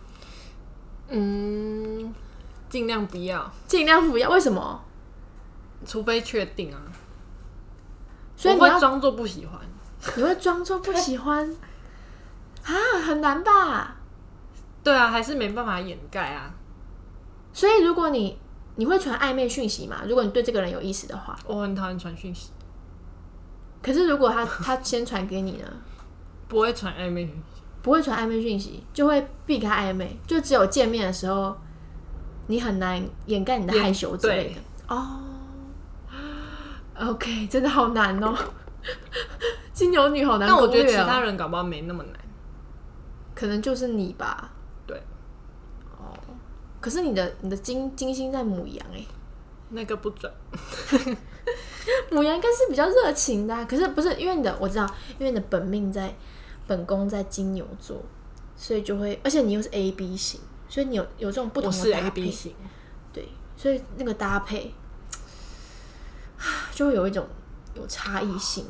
[SPEAKER 2] 嗯，尽量不要，
[SPEAKER 1] 尽量不要，为什么？
[SPEAKER 2] 除非确定啊。
[SPEAKER 1] 所以
[SPEAKER 2] 我
[SPEAKER 1] 你
[SPEAKER 2] 会
[SPEAKER 1] 要
[SPEAKER 2] 装作不喜欢，
[SPEAKER 1] 你会装作不喜欢啊，很难吧？
[SPEAKER 2] 对啊，还是没办法掩盖啊。
[SPEAKER 1] 所以如果你你会传暧昧讯息嘛？如果你对这个人有意思的话，
[SPEAKER 2] 我很讨厌传讯息，
[SPEAKER 1] 可是如果
[SPEAKER 2] <laughs>
[SPEAKER 1] 他他先传给你呢，
[SPEAKER 2] 不会传暧昧讯息。
[SPEAKER 1] 不会传暧昧讯息，就会避开暧昧，就只有见面的时候，你很难掩盖你的
[SPEAKER 2] 掩
[SPEAKER 1] 害羞之类的。哦，OK，真的好难哦，金牛女好难
[SPEAKER 2] 但我
[SPEAKER 1] 攻
[SPEAKER 2] 觉得其
[SPEAKER 1] 略
[SPEAKER 2] 他
[SPEAKER 1] 哦，
[SPEAKER 2] 人搞不好没那么难。
[SPEAKER 1] 可能就是你吧。
[SPEAKER 2] 对，
[SPEAKER 1] 哦，可是你的你的金金星在母羊哎、
[SPEAKER 2] 那个不准。
[SPEAKER 1] 母羊应该是比较热情的啊、可是不是因为你的我知道，因为你的本命在本宫在金牛座，所以就会，而且你又是 A B 型，所以你有有这种不
[SPEAKER 2] 我
[SPEAKER 1] 同
[SPEAKER 2] 是
[SPEAKER 1] 的搭配
[SPEAKER 2] A B 型，
[SPEAKER 1] 对，所以那个搭配就会有一种有差异性，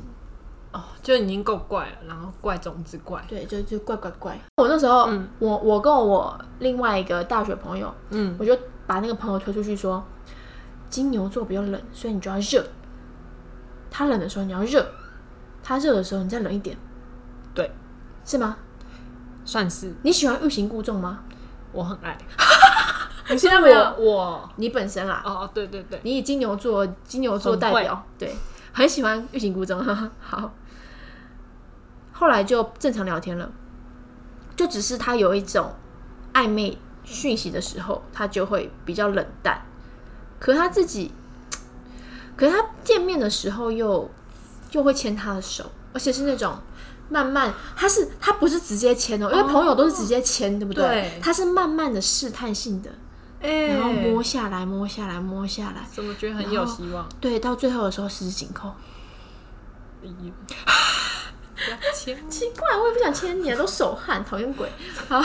[SPEAKER 2] 哦，就已经够怪了，然后怪中之怪。
[SPEAKER 1] 对，就就怪怪怪。我那时候，
[SPEAKER 2] 嗯
[SPEAKER 1] 我我跟我另外一个大学朋友，
[SPEAKER 2] 嗯，
[SPEAKER 1] 我就把那个朋友推出去说，金牛座比较冷，所以你就要热。他冷的时候你要热，他热的时候你再冷一点，
[SPEAKER 2] 对，
[SPEAKER 1] 是吗？
[SPEAKER 2] 算是
[SPEAKER 1] 你喜欢欲擒故纵吗？
[SPEAKER 2] 我很爱。
[SPEAKER 1] 你现在没有
[SPEAKER 2] 啊我我
[SPEAKER 1] 你本身啦，
[SPEAKER 2] 哦，对对对，
[SPEAKER 1] 你以金牛座金牛座
[SPEAKER 2] 很
[SPEAKER 1] 代
[SPEAKER 2] 会
[SPEAKER 1] 表，对，很喜欢欲擒故纵。哈哈好，后来就正常聊天了，就只是他有一种暧昧讯息的时候，他就会比较冷淡。可他自己，可他见面的时候又又会牵他的手，而且是那种慢慢，他是他不是直接牵哦，因为朋友都是直接牵，对不
[SPEAKER 2] 对
[SPEAKER 1] 他是慢慢的试探性的，
[SPEAKER 2] 哎
[SPEAKER 1] 然后摸下来，摸下来，摸下来。
[SPEAKER 2] 怎么觉得很有希望？
[SPEAKER 1] 对，到最后的时候十指紧扣。
[SPEAKER 2] 哎呦不要牵我
[SPEAKER 1] 奇怪，我也不想牵你啊，都手汗，讨 <laughs> 厌鬼。好，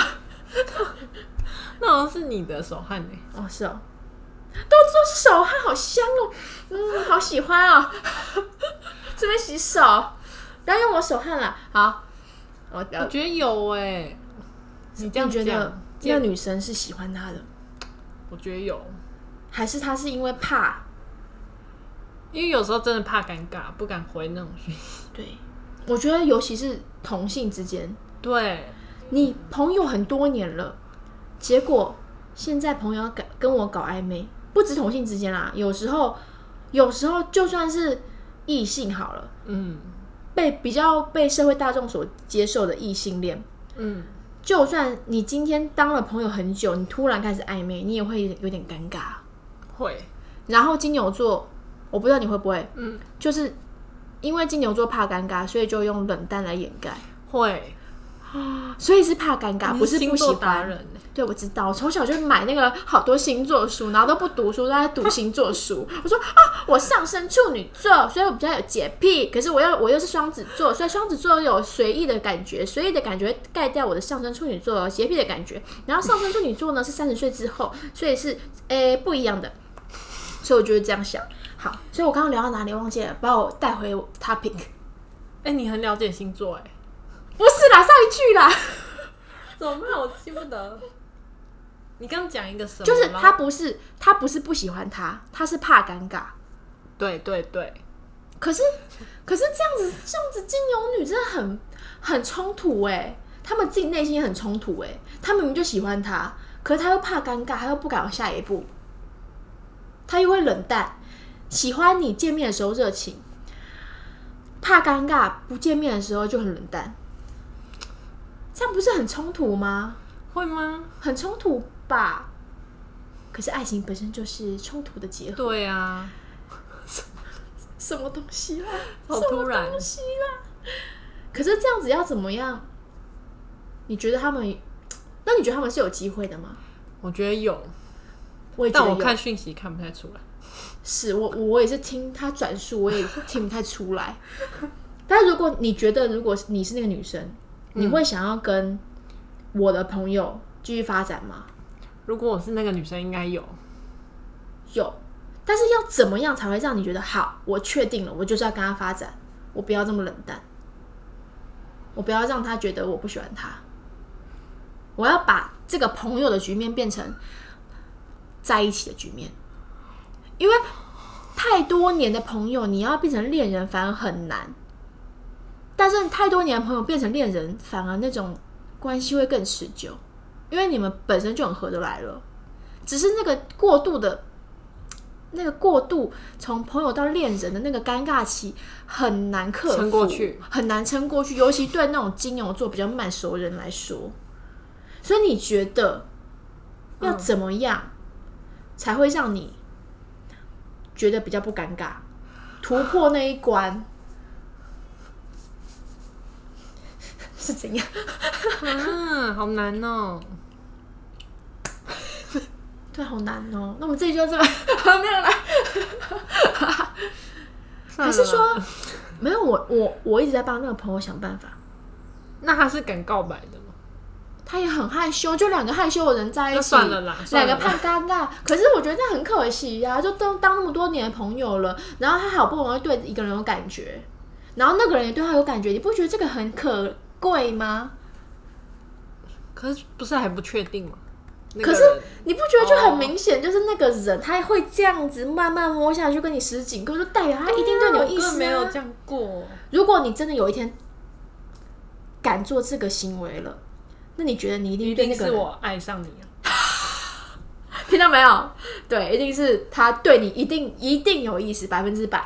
[SPEAKER 2] 那好像是你的手汗呢、欸
[SPEAKER 1] 哦是哦，都做手汗，好香哦，嗯，好喜欢哦。 <laughs> 这边洗手，不要用我手汗啦。好，我
[SPEAKER 2] 我
[SPEAKER 1] 我
[SPEAKER 2] 觉得有哎、你这样
[SPEAKER 1] 觉得
[SPEAKER 2] 讲，
[SPEAKER 1] 那个女生是喜欢他的，
[SPEAKER 2] 我觉得有，
[SPEAKER 1] 还是他是因为怕？
[SPEAKER 2] 因为有时候真的怕尴尬，不敢回那种讯息。
[SPEAKER 1] 对，我觉得尤其是同性之间，
[SPEAKER 2] 对，
[SPEAKER 1] 你朋友很多年了，结果现在朋友要搞跟我搞暧昧，不止同性之间啦，有时候有时候就算是异性好了，
[SPEAKER 2] 嗯
[SPEAKER 1] 被比较被社会大众所接受的异性恋，
[SPEAKER 2] 嗯，
[SPEAKER 1] 就算你今天当了朋友很久，你突然开始暧昧，你也会有点尴尬。
[SPEAKER 2] 会，
[SPEAKER 1] 然后金牛座，我不知道你会不会，
[SPEAKER 2] 嗯
[SPEAKER 1] 就是因为金牛座怕尴尬，所以就用冷淡来掩盖，
[SPEAKER 2] 会，
[SPEAKER 1] 所以是怕尴尬，
[SPEAKER 2] 啊你
[SPEAKER 1] 不是
[SPEAKER 2] 星
[SPEAKER 1] 不喜
[SPEAKER 2] 座达
[SPEAKER 1] 欢。
[SPEAKER 2] 人欸、
[SPEAKER 1] 对，我知道，我从小就买那个好多星座书，然后都不读书，都在读星座书。 <laughs> 我说啊，我上升处女座，所以我比较有洁癖，可是我又我又是双子座，所以双子座有随意的感觉，随意的感觉盖掉我的上升处女座洁癖的感觉。然后上升处女座呢是三十岁之后，所以是诶不一样的，所以我就是这样想。好，所以我刚刚聊到哪里忘记了，把我带回 topic。
[SPEAKER 2] 哎、你很了解星座哎、
[SPEAKER 1] 不是啦，上一句啦，
[SPEAKER 2] 怎么办？我记不得。你刚刚讲一个什么？
[SPEAKER 1] 就是
[SPEAKER 2] 然
[SPEAKER 1] 他
[SPEAKER 2] 后，
[SPEAKER 1] 不是他不是不喜欢他，他是怕尴尬。
[SPEAKER 2] 对对对，
[SPEAKER 1] 可是，可是这样子，这样子金牛女真的很很冲突哎、他们自己内心也很冲突哎、他明明就喜欢他，可是他又怕尴尬，他又不敢往下一步，他又会冷淡。喜欢你见面的时候热情，怕尴尬不见面的时候就很冷淡。这样不是很冲突吗？
[SPEAKER 2] 会吗？
[SPEAKER 1] 很冲突吧？可是爱情本身就是冲突的结合，
[SPEAKER 2] 对啊，
[SPEAKER 1] 什么东西啊啦？
[SPEAKER 2] 好
[SPEAKER 1] 什么
[SPEAKER 2] 突然
[SPEAKER 1] 东西啦？可是这样子要怎么样？你觉得他们？那你觉得他们是有机会的吗？
[SPEAKER 2] 我觉得有，
[SPEAKER 1] 我也觉
[SPEAKER 2] 但
[SPEAKER 1] 得
[SPEAKER 2] 我
[SPEAKER 1] 有。
[SPEAKER 2] 看讯息看不太出来。
[SPEAKER 1] 是我我也是听他转述，我也听不太出来。 <laughs> 但如果你觉得，如果你是那个女生，你会想要跟我的朋友继续发展吗？
[SPEAKER 2] 如果我是那个女生，应该有。
[SPEAKER 1] 有，但是要怎么样才会让你觉得好？我确定了，我就是要跟他发展，我不要这么冷淡，我不要让他觉得我不喜欢他，我要把这个朋友的局面变成在一起的局面，因为太多年的朋友，你要变成恋人反而很难。但是太多年的朋友变成恋人，反而那种关系会更持久，因为你们本身就很合得来了，只是那个过度的那个过渡，从朋友到恋人的那个尴尬期很难克服，
[SPEAKER 2] 撑过去
[SPEAKER 1] 很难撑过去，尤其对那种金牛座比较慢熟人来说。所以你觉得要怎么样才会让你觉得比较不尴尬，突破那一关？ <laughs> 是怎样？
[SPEAKER 2] 啊，好难哦。
[SPEAKER 1] 对，好难哦。那我们这一集就这么 <laughs> 没有啦。还是
[SPEAKER 2] 算了啦，
[SPEAKER 1] 说没有我我我一直在帮那个朋友想办法，
[SPEAKER 2] 那他是敢告白的吗？
[SPEAKER 1] 他也很害羞，就两个害羞的人在一起，
[SPEAKER 2] 那算了啦
[SPEAKER 1] 两
[SPEAKER 2] 算
[SPEAKER 1] 个
[SPEAKER 2] 了啦
[SPEAKER 1] 怕尴尬。可是我觉得这样很可惜呀、就当当那么多年的朋友了，然后他好不容易对一个人有感觉，然后那个人也对他有感觉，你不觉得这个很可贵吗？
[SPEAKER 2] 可是不是还不确定吗？那个
[SPEAKER 1] 可是
[SPEAKER 2] 人
[SPEAKER 1] 你不觉得就很明显，就是那个人他会这样子慢慢摸下去，跟你使紧勾，就代表他一定对你有意
[SPEAKER 2] 我根
[SPEAKER 1] 思、
[SPEAKER 2] 本
[SPEAKER 1] 啊。
[SPEAKER 2] 没有这样过。
[SPEAKER 1] 如果你真的有一天敢做这个行为了，那你觉得你一定
[SPEAKER 2] 一
[SPEAKER 1] 对
[SPEAKER 2] 定
[SPEAKER 1] 那个
[SPEAKER 2] 是
[SPEAKER 1] 人
[SPEAKER 2] 我爱上你啊了。
[SPEAKER 1] 听到没有？对，一定是他对你一定一定有意思，百分之百。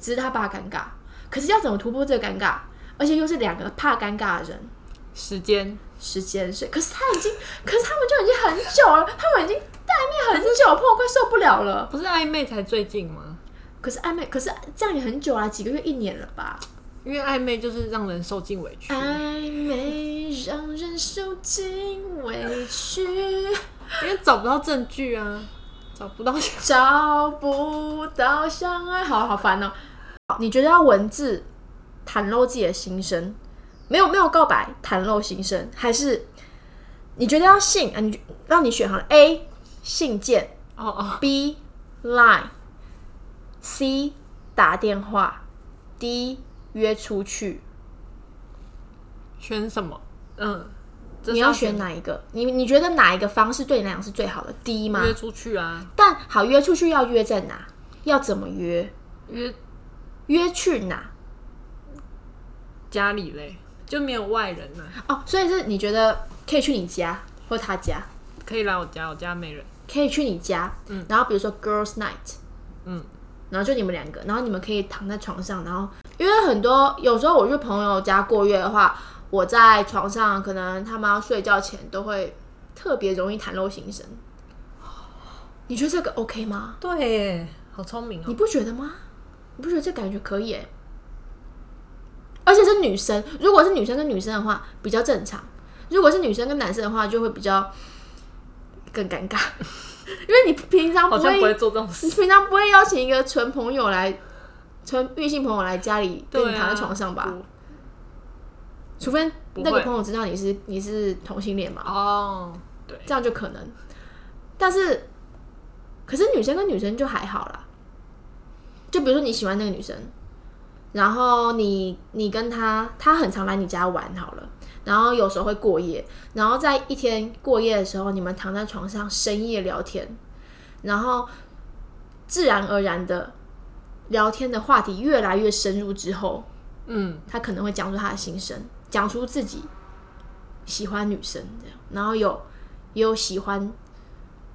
[SPEAKER 1] 只是他怕尴尬，可是要怎么突破这个尴尬？而且又是两个怕尴尬的人，
[SPEAKER 2] 时间，
[SPEAKER 1] 时间睡。可是他已经，可是他们就已经很久了，他们已经暧昧很久，朋友快受不了了。
[SPEAKER 2] 不是暧昧才最近吗？
[SPEAKER 1] 可是暧昧，可是这样也很久啦，几个月、一年了吧？
[SPEAKER 2] 因为暧昧就是让人受尽委屈。
[SPEAKER 1] 暧昧让人受尽委 <laughs> 屈。
[SPEAKER 2] 因为找不到证据啊，找不到想
[SPEAKER 1] 找不到相爱，好好烦哦。好你觉得要文字袒露自己的心声，没有没有告白，袒露心声，还是你觉得要信啊？你让你选好了，A 信件
[SPEAKER 2] 哦哦，
[SPEAKER 1] ，B Line，C 打电话，D 约出去。
[SPEAKER 2] 选什么？嗯，这是
[SPEAKER 1] 你要选哪一个？你你觉得哪一个方式对你来讲是最好的？D 吗？
[SPEAKER 2] 约出去啊，
[SPEAKER 1] 但好约出去要约在哪？要怎么约？
[SPEAKER 2] 约
[SPEAKER 1] 约去哪？
[SPEAKER 2] 家里嘞，就没有外人啊，
[SPEAKER 1] 哦，所以是你觉得可以去你家或他家，
[SPEAKER 2] 可以来我家，我家没人。
[SPEAKER 1] 可以去你家，嗯，然后比如说 girls night，
[SPEAKER 2] 嗯，
[SPEAKER 1] 然后就你们两个，然后你们可以躺在床上，然后因为很多有时候我去朋友家过夜的话，我在床上可能他们要睡觉前都会特别容易袒露心声，你觉得这个 OK 吗？
[SPEAKER 2] 对耶，好聪明
[SPEAKER 1] 你
[SPEAKER 2] 哦。
[SPEAKER 1] 不觉得吗？你不觉得这感觉可以耶、而且是女生，如果是女生跟女生的话比较正常，如果是女生跟男生的话就会比较更尴尬， <laughs> 因为你平常不
[SPEAKER 2] 好像不会
[SPEAKER 1] 会，
[SPEAKER 2] 做这种
[SPEAKER 1] 你
[SPEAKER 2] 事，
[SPEAKER 1] 平常不会邀请一个纯朋友来，纯异性朋友来家里跟
[SPEAKER 2] 对
[SPEAKER 1] 你
[SPEAKER 2] 啊，
[SPEAKER 1] 躺在床上吧，
[SPEAKER 2] 不？
[SPEAKER 1] 除非
[SPEAKER 2] 不
[SPEAKER 1] 那个
[SPEAKER 2] 会
[SPEAKER 1] 朋友知道你是你是同性恋嘛，
[SPEAKER 2] 哦，对，
[SPEAKER 1] 这样就可能。但是，可是女生跟女生就还好啦。就比如说你喜欢那个女生，然后你你跟她，她很常来你家玩好了，然后有时候会过夜，然后在一天过夜的时候，你们躺在床上深夜聊天，然后自然而然的聊天的话题越来越深入之后，
[SPEAKER 2] 嗯，
[SPEAKER 1] 他可能会讲出他的心声，讲出自己喜欢女生这样，然后有也有喜欢，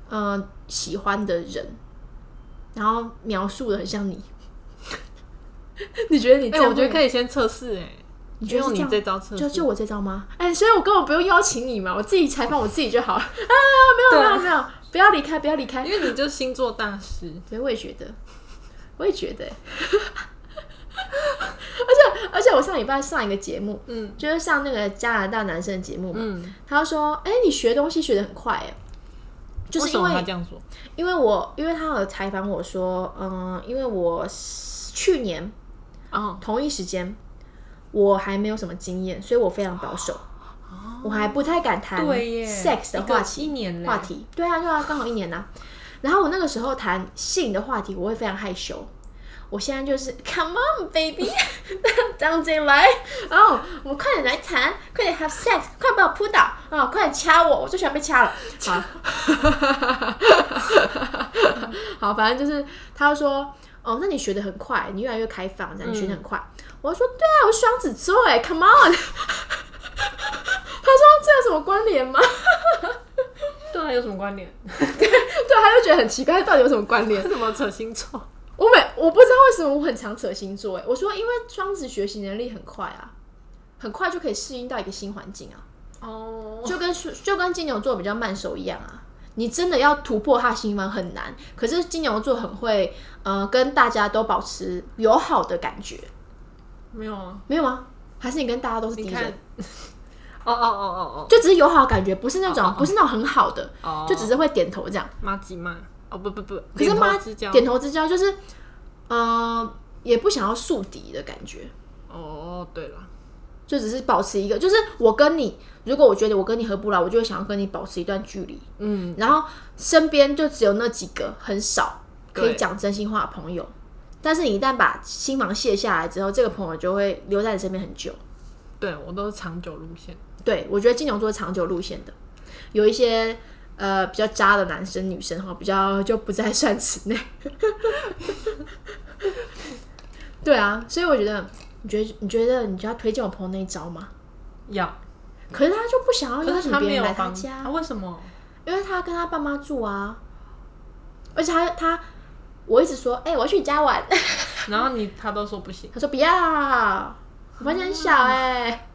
[SPEAKER 1] 呃，喜欢的人，然后 <laughs> 描述的很像你。你觉得你
[SPEAKER 2] 哎、
[SPEAKER 1] 这样
[SPEAKER 2] 我觉得
[SPEAKER 1] 会
[SPEAKER 2] 可以先测试哎，
[SPEAKER 1] 你觉
[SPEAKER 2] 就
[SPEAKER 1] 得是这
[SPEAKER 2] 用你
[SPEAKER 1] 样
[SPEAKER 2] 这招测
[SPEAKER 1] 就
[SPEAKER 2] 试，
[SPEAKER 1] 就我这招吗？哎、所以我根本不用邀请你嘛，我自己采访我自己就好了。啊，没有没有没有，不要离开，不要离开
[SPEAKER 2] 因。为你就星座大师，
[SPEAKER 1] 对，我也觉得，我也觉得。 <laughs> 而且而且，我上礼拜上一个节目，
[SPEAKER 2] 嗯
[SPEAKER 1] 就是上那个加拿大男生的节目嘛，
[SPEAKER 2] 嗯，
[SPEAKER 1] 他就说：“哎、你学东西学的很快哎。”就是
[SPEAKER 2] 为什
[SPEAKER 1] 因
[SPEAKER 2] 么他
[SPEAKER 1] 为
[SPEAKER 2] 这样说？
[SPEAKER 1] 因为我因为他有采访我说，嗯，因为我去年
[SPEAKER 2] 哦
[SPEAKER 1] 同一时间，我还没有什么经验，所以我非常保守，我还不太敢谈
[SPEAKER 2] 对耶
[SPEAKER 1] sex 的
[SPEAKER 2] 一个
[SPEAKER 1] 话题
[SPEAKER 2] 一年嘞
[SPEAKER 1] 话题。对啊，对啊，刚好一年呐、然后我那个时候谈性的话题，我会非常害羞。我现在就是 come on baby，这样子来，哦，我们快点来谈，快点 have sex，快把我扑倒，啊、快点掐我，我最喜欢被掐了。好， <laughs> 好，反正就是他就说，哦，那你学的很快，你越来越开放，这样你学的很快。我就说，对啊，我双子座哎，come on。他说这有什么关联吗？ <laughs>
[SPEAKER 2] 对啊，有什么关联？
[SPEAKER 1] 对，他就觉得很奇怪，到底有什么关联？
[SPEAKER 2] 怎么扯星座？
[SPEAKER 1] 我每我不知道为什么我很常扯星座哎，我说因为双子学习能力很快啊，很快就可以适应到一个新环境啊，
[SPEAKER 2] <laughs> 哦，
[SPEAKER 1] 就跟就跟金牛座比较慢熟一样啊。你真的要突破他的心房很难，可是金牛座很会呃跟大家都保持友好的感觉，
[SPEAKER 2] 没有啊，
[SPEAKER 1] 没有吗？还是你跟大家都是敌
[SPEAKER 2] 你看
[SPEAKER 1] 人？，
[SPEAKER 2] <laughs> 哦哦哦哦
[SPEAKER 1] 就只是友好的感觉，不是那种、
[SPEAKER 2] 哦哦哦
[SPEAKER 1] 不是那种很好的，
[SPEAKER 2] 哦，
[SPEAKER 1] 就只是会点头这样。
[SPEAKER 2] 妈吉妈，哦不不不，
[SPEAKER 1] 可是妈
[SPEAKER 2] 点头之交
[SPEAKER 1] 点头之交就是，呃，也不想要树敌的感觉，
[SPEAKER 2] 哦，对了，
[SPEAKER 1] 就只是保持一个，就是我跟你，如果我觉得我跟你合不来，我就会想要跟你保持一段距离。
[SPEAKER 2] 嗯，
[SPEAKER 1] 然后身边就只有那几个很少可以
[SPEAKER 2] 对
[SPEAKER 1] 讲真心话的朋友，但是你一旦把心防卸下来之后，这个朋友就会留在你身边很久。
[SPEAKER 2] 对我都是长久路线，
[SPEAKER 1] 对我觉得金牛座是长久路线的，有一些呃比较渣的男生女生哈，比较就不在算此内。 <laughs> 对啊，所以我觉得，你觉得你觉得你就要推荐我朋友那一招吗？
[SPEAKER 2] 要，
[SPEAKER 1] 可是他就不想要邀
[SPEAKER 2] 可是
[SPEAKER 1] 请
[SPEAKER 2] 他
[SPEAKER 1] 别
[SPEAKER 2] 没
[SPEAKER 1] 人
[SPEAKER 2] 有
[SPEAKER 1] 来他
[SPEAKER 2] 房
[SPEAKER 1] 家，
[SPEAKER 2] 啊为什么？
[SPEAKER 1] 因为他跟他爸妈住啊，而且他他我一直说，哎、我要去你家玩， <laughs>
[SPEAKER 2] 然后你他都说不行，
[SPEAKER 1] 他说不要，我房间很小哎、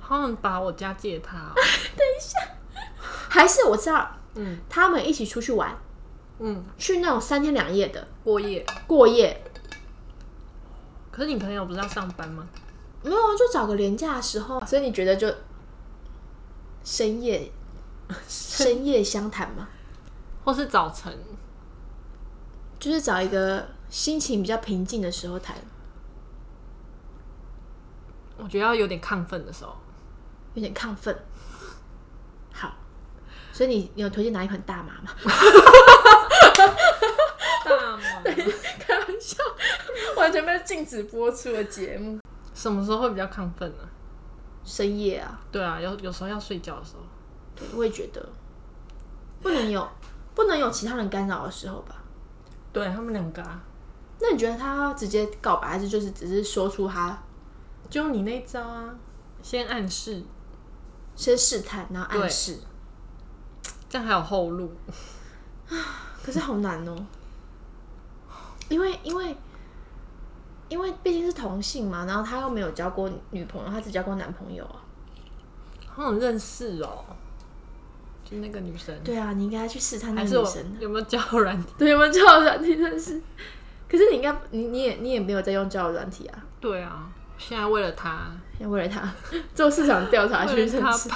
[SPEAKER 2] 好想把我家借他哦，
[SPEAKER 1] 还是我知道
[SPEAKER 2] <laughs> 嗯
[SPEAKER 1] 他们一起出去玩，
[SPEAKER 2] 嗯，
[SPEAKER 1] 去那种三天两夜的
[SPEAKER 2] 过夜。
[SPEAKER 1] 过夜，
[SPEAKER 2] 可是你朋友不是要上班吗？
[SPEAKER 1] 没有啊，就找个廉价的时候，所以你觉得就深夜深夜相谈嘛，
[SPEAKER 2] 或是早晨？
[SPEAKER 1] 就是找一个心情比较平静的时候谈，
[SPEAKER 2] 我觉得要有点亢奋的时候，
[SPEAKER 1] 有点亢奋。好，所以你你有推荐哪一款大麻吗？
[SPEAKER 2] 大麻
[SPEAKER 1] <laughs> 开玩笑，完全被禁止播出的节目。
[SPEAKER 2] <laughs> 什么时候会比较亢奋呢、
[SPEAKER 1] 深夜啊，
[SPEAKER 2] 对啊，有有时候要睡觉的时候，
[SPEAKER 1] 对，我也觉得不能有不能有其他人干扰的时候吧。
[SPEAKER 2] 对他们两个啊，
[SPEAKER 1] 那你觉得他要直接告白，还是就是只是说出他
[SPEAKER 2] 就用你那一招啊，先暗示，
[SPEAKER 1] 先试探，然后暗示？
[SPEAKER 2] 这样还有后路。
[SPEAKER 1] 可是好难哦，因为因为因为毕竟是同性嘛，然后他又没有交过女朋友，他只交过男朋友啊。
[SPEAKER 2] 好想认识哦，就那个女生，
[SPEAKER 1] 对啊，你应该去试探那
[SPEAKER 2] 还
[SPEAKER 1] 个
[SPEAKER 2] 是
[SPEAKER 1] 女
[SPEAKER 2] 我
[SPEAKER 1] 生啊。
[SPEAKER 2] 有没有交友软体？ <laughs>
[SPEAKER 1] 对，我们交友软体认识，可是你应该你你也你也没有在用交友软体啊，
[SPEAKER 2] 对啊，现在为了他，
[SPEAKER 1] 要为了他做市场调查去
[SPEAKER 2] <laughs> 为了
[SPEAKER 1] 认
[SPEAKER 2] 他
[SPEAKER 1] 识。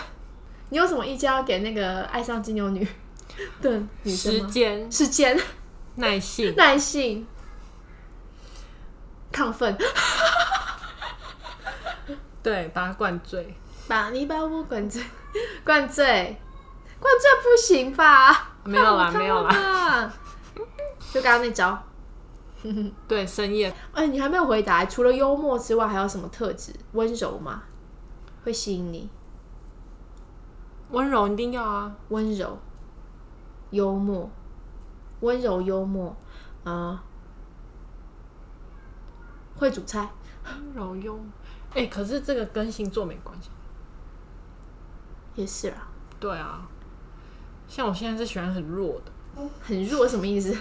[SPEAKER 1] 你有什么意见要给那个爱上金牛女 <laughs> 的女生
[SPEAKER 2] 时
[SPEAKER 1] 吗？
[SPEAKER 2] 间、
[SPEAKER 1] 时间、
[SPEAKER 2] 耐性，
[SPEAKER 1] 耐性、亢奋，
[SPEAKER 2] 对，把他灌醉。
[SPEAKER 1] 把你把我灌醉，灌醉，灌醉不行吧？哦
[SPEAKER 2] 没有啦
[SPEAKER 1] 太无
[SPEAKER 2] 没有啦
[SPEAKER 1] 汤了吧，啊就刚刚那招。
[SPEAKER 2] 对，深夜
[SPEAKER 1] 哎、你还没有回答，除了幽默之外，还有什么特质？温柔吗？会吸引你？
[SPEAKER 2] 温柔一定要啊，
[SPEAKER 1] 温柔、幽默、温柔幽默，呃，会煮菜，
[SPEAKER 2] 温柔优。哎、可是这个跟星座没关系。
[SPEAKER 1] 也是啦，
[SPEAKER 2] 对啊，像我现在是喜欢很弱的，
[SPEAKER 1] 很弱什么意思？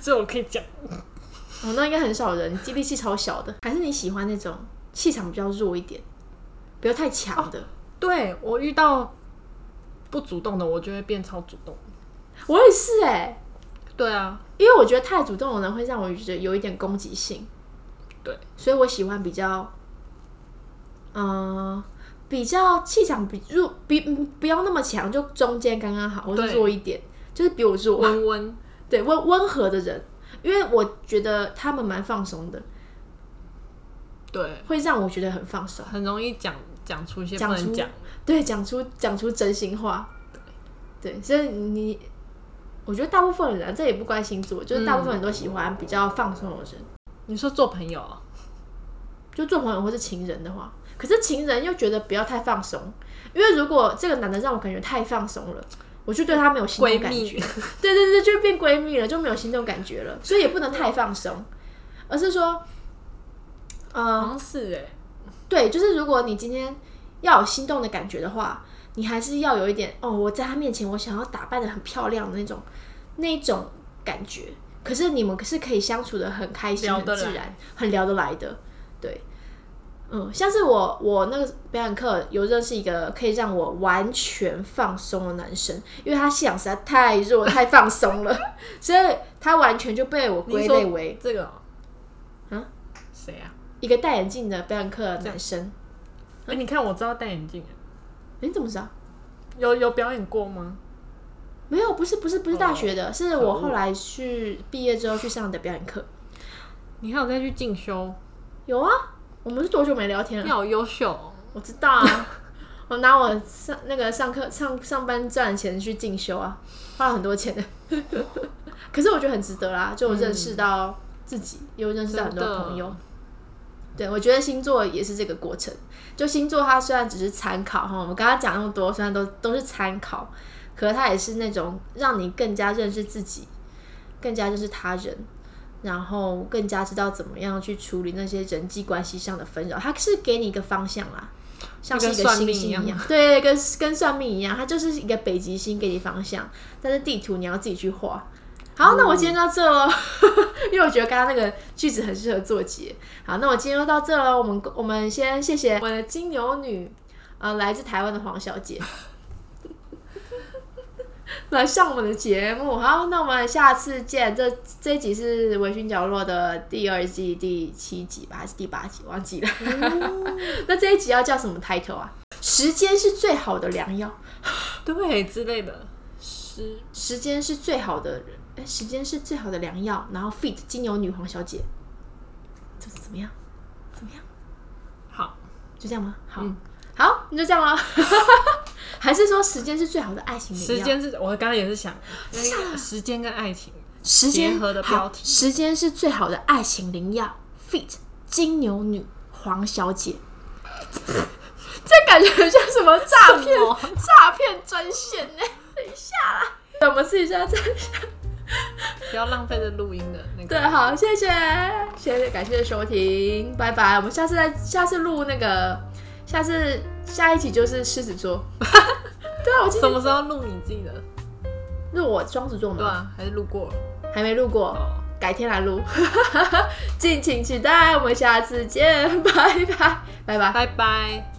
[SPEAKER 2] 这我可以讲。
[SPEAKER 1] 哦，那应该很少人，力气超小的，还是你喜欢那种气场比较弱一点，不要太强的。
[SPEAKER 2] 对我遇到不主动的，我就会变超主动。
[SPEAKER 1] 我也是哎、
[SPEAKER 2] 对啊，
[SPEAKER 1] 因为我觉得太主动的人会让我觉得有一点攻击性，
[SPEAKER 2] 对，
[SPEAKER 1] 所以我喜欢比较，嗯、比较气场比弱，比嗯不要那么强，就中间刚刚好，或者
[SPEAKER 2] 对
[SPEAKER 1] 弱一点，就是比我弱，
[SPEAKER 2] 温温，
[SPEAKER 1] 对温温和的人，因为我觉得他们蛮放松的，
[SPEAKER 2] 对，
[SPEAKER 1] 会让我觉得很放松。
[SPEAKER 2] 很容易讲讲出一些
[SPEAKER 1] 讲
[SPEAKER 2] 不能
[SPEAKER 1] 出
[SPEAKER 2] 讲。
[SPEAKER 1] 对，讲出讲出真心话，对，所以你，我觉得大部分人、啊、这也不关星座，就是大部分人都喜欢比较放松的人，
[SPEAKER 2] 你说做朋友啊，
[SPEAKER 1] 就做朋友或是情人的话，可是情人又觉得不要太放松，因为如果这个男的让我感觉太放松了，我就对他没有心动
[SPEAKER 2] 闺
[SPEAKER 1] 感觉，
[SPEAKER 2] 蜜，
[SPEAKER 1] 对对对，就变闺蜜了，就没有心动感觉了，所以也不能太放松，而是说，
[SPEAKER 2] 好
[SPEAKER 1] 呃，
[SPEAKER 2] 像是哎，
[SPEAKER 1] 对，就是如果你今天要有心动的感觉的话，你还是要有一点哦，我在他面前我想要打扮的很漂亮的那种那一种感觉。可是你们是可以相处的很开心、
[SPEAKER 2] 聊
[SPEAKER 1] 很
[SPEAKER 2] 得
[SPEAKER 1] 自
[SPEAKER 2] 来
[SPEAKER 1] 然、很聊得来的，对。嗯，像是我我那个表演课有认识一个可以让我完全放松的男生，因为他气场实在太弱、太放松了， <laughs> 所以他完全就被我归
[SPEAKER 2] 你
[SPEAKER 1] 类
[SPEAKER 2] 说
[SPEAKER 1] 为啊
[SPEAKER 2] 这个哦，
[SPEAKER 1] 嗯
[SPEAKER 2] 谁啊？
[SPEAKER 1] 一个戴眼镜的表演课的男生。啊
[SPEAKER 2] 哎，你看我知道戴眼镜，啊
[SPEAKER 1] 诶你怎么知道？
[SPEAKER 2] 有有表演过吗？
[SPEAKER 1] 没有，不是不是不是大学的，是
[SPEAKER 2] 可
[SPEAKER 1] 我
[SPEAKER 2] 恶
[SPEAKER 1] 后来去毕业之后去上的表演课。
[SPEAKER 2] 你还有再去进修，
[SPEAKER 1] 有啊，我们是多久没聊天
[SPEAKER 2] 你
[SPEAKER 1] 了？
[SPEAKER 2] 好优秀哦，
[SPEAKER 1] 我知道啊， <laughs> 我拿我上那个上课上上班赚的钱去进修啊，花了很多钱的。 <laughs> 可是我觉得很值得啦，就我认识到自己，又认识到很多
[SPEAKER 2] 嗯真的
[SPEAKER 1] 朋友。对，我觉得星座也是这个过程。就星座，它虽然只是参考哈，我们刚刚讲那么多，虽然都都是参考，可是它也是那种让你更加认识自己，更加认识他人，然后更加知道怎么样去处理那些人际关系上的纷扰。它是给你一个方向啦，像是一
[SPEAKER 2] 就
[SPEAKER 1] 个
[SPEAKER 2] 跟算
[SPEAKER 1] 星
[SPEAKER 2] 命
[SPEAKER 1] 星
[SPEAKER 2] 一样
[SPEAKER 1] 样，对，跟跟算命一样，它就是一个北极星给你方向，但是地图你要自己去画。
[SPEAKER 2] 嗯
[SPEAKER 1] 好，那我今天到这喽， <laughs> 因为我觉得刚刚那个句子很适合做结。好，那我今天就到这喽，我们我们先谢谢我的金牛女，呃，来自台湾的黄小姐，来上我们的节目。好，那我们下次见。这这一集是《微醺角落》的第二季第七集吧，还是第八集？忘记了。
[SPEAKER 2] 哦
[SPEAKER 1] <laughs> 那这一集要叫什么 title 啊？时间是最好的良药，
[SPEAKER 2] 对之类的，是
[SPEAKER 1] 时间是最好的人，哎，时间是最好的良药。然后 fit 金牛女皇小姐，这是怎么样？怎么样？
[SPEAKER 2] 好，
[SPEAKER 1] 就这样吗？好，
[SPEAKER 2] 嗯
[SPEAKER 1] 好，那就这样了。 <laughs> 还是说时间是最好的爱情灵药？
[SPEAKER 2] 时间是我刚刚也是想，那
[SPEAKER 1] 啊
[SPEAKER 2] 个时间跟爱情，
[SPEAKER 1] 时间
[SPEAKER 2] 结合的标题
[SPEAKER 1] 好时间是最好的爱情灵药。Fit 金牛女黄小姐， <laughs> 这感觉很像什么诈骗
[SPEAKER 2] 什么
[SPEAKER 1] 诈骗专线呢？ <laughs> 等一下啦，我们试一下再。
[SPEAKER 2] 不要浪费这录音的那
[SPEAKER 1] 对，
[SPEAKER 2] 个。
[SPEAKER 1] 好，谢谢，谢谢，感谢收听，拜拜。我们下次再下次录那个，下次下一集就是狮子座。 <laughs> 对啊，我今
[SPEAKER 2] 什
[SPEAKER 1] 天
[SPEAKER 2] 么时候录你自己的？
[SPEAKER 1] 录我双子座
[SPEAKER 2] 对
[SPEAKER 1] 嘛，
[SPEAKER 2] 啊，还是录过了。
[SPEAKER 1] 还没录过，
[SPEAKER 2] 哦，
[SPEAKER 1] 改天来录， <laughs> <laughs> 敬请期待。我们下次见，拜拜，拜拜。
[SPEAKER 2] 拜拜。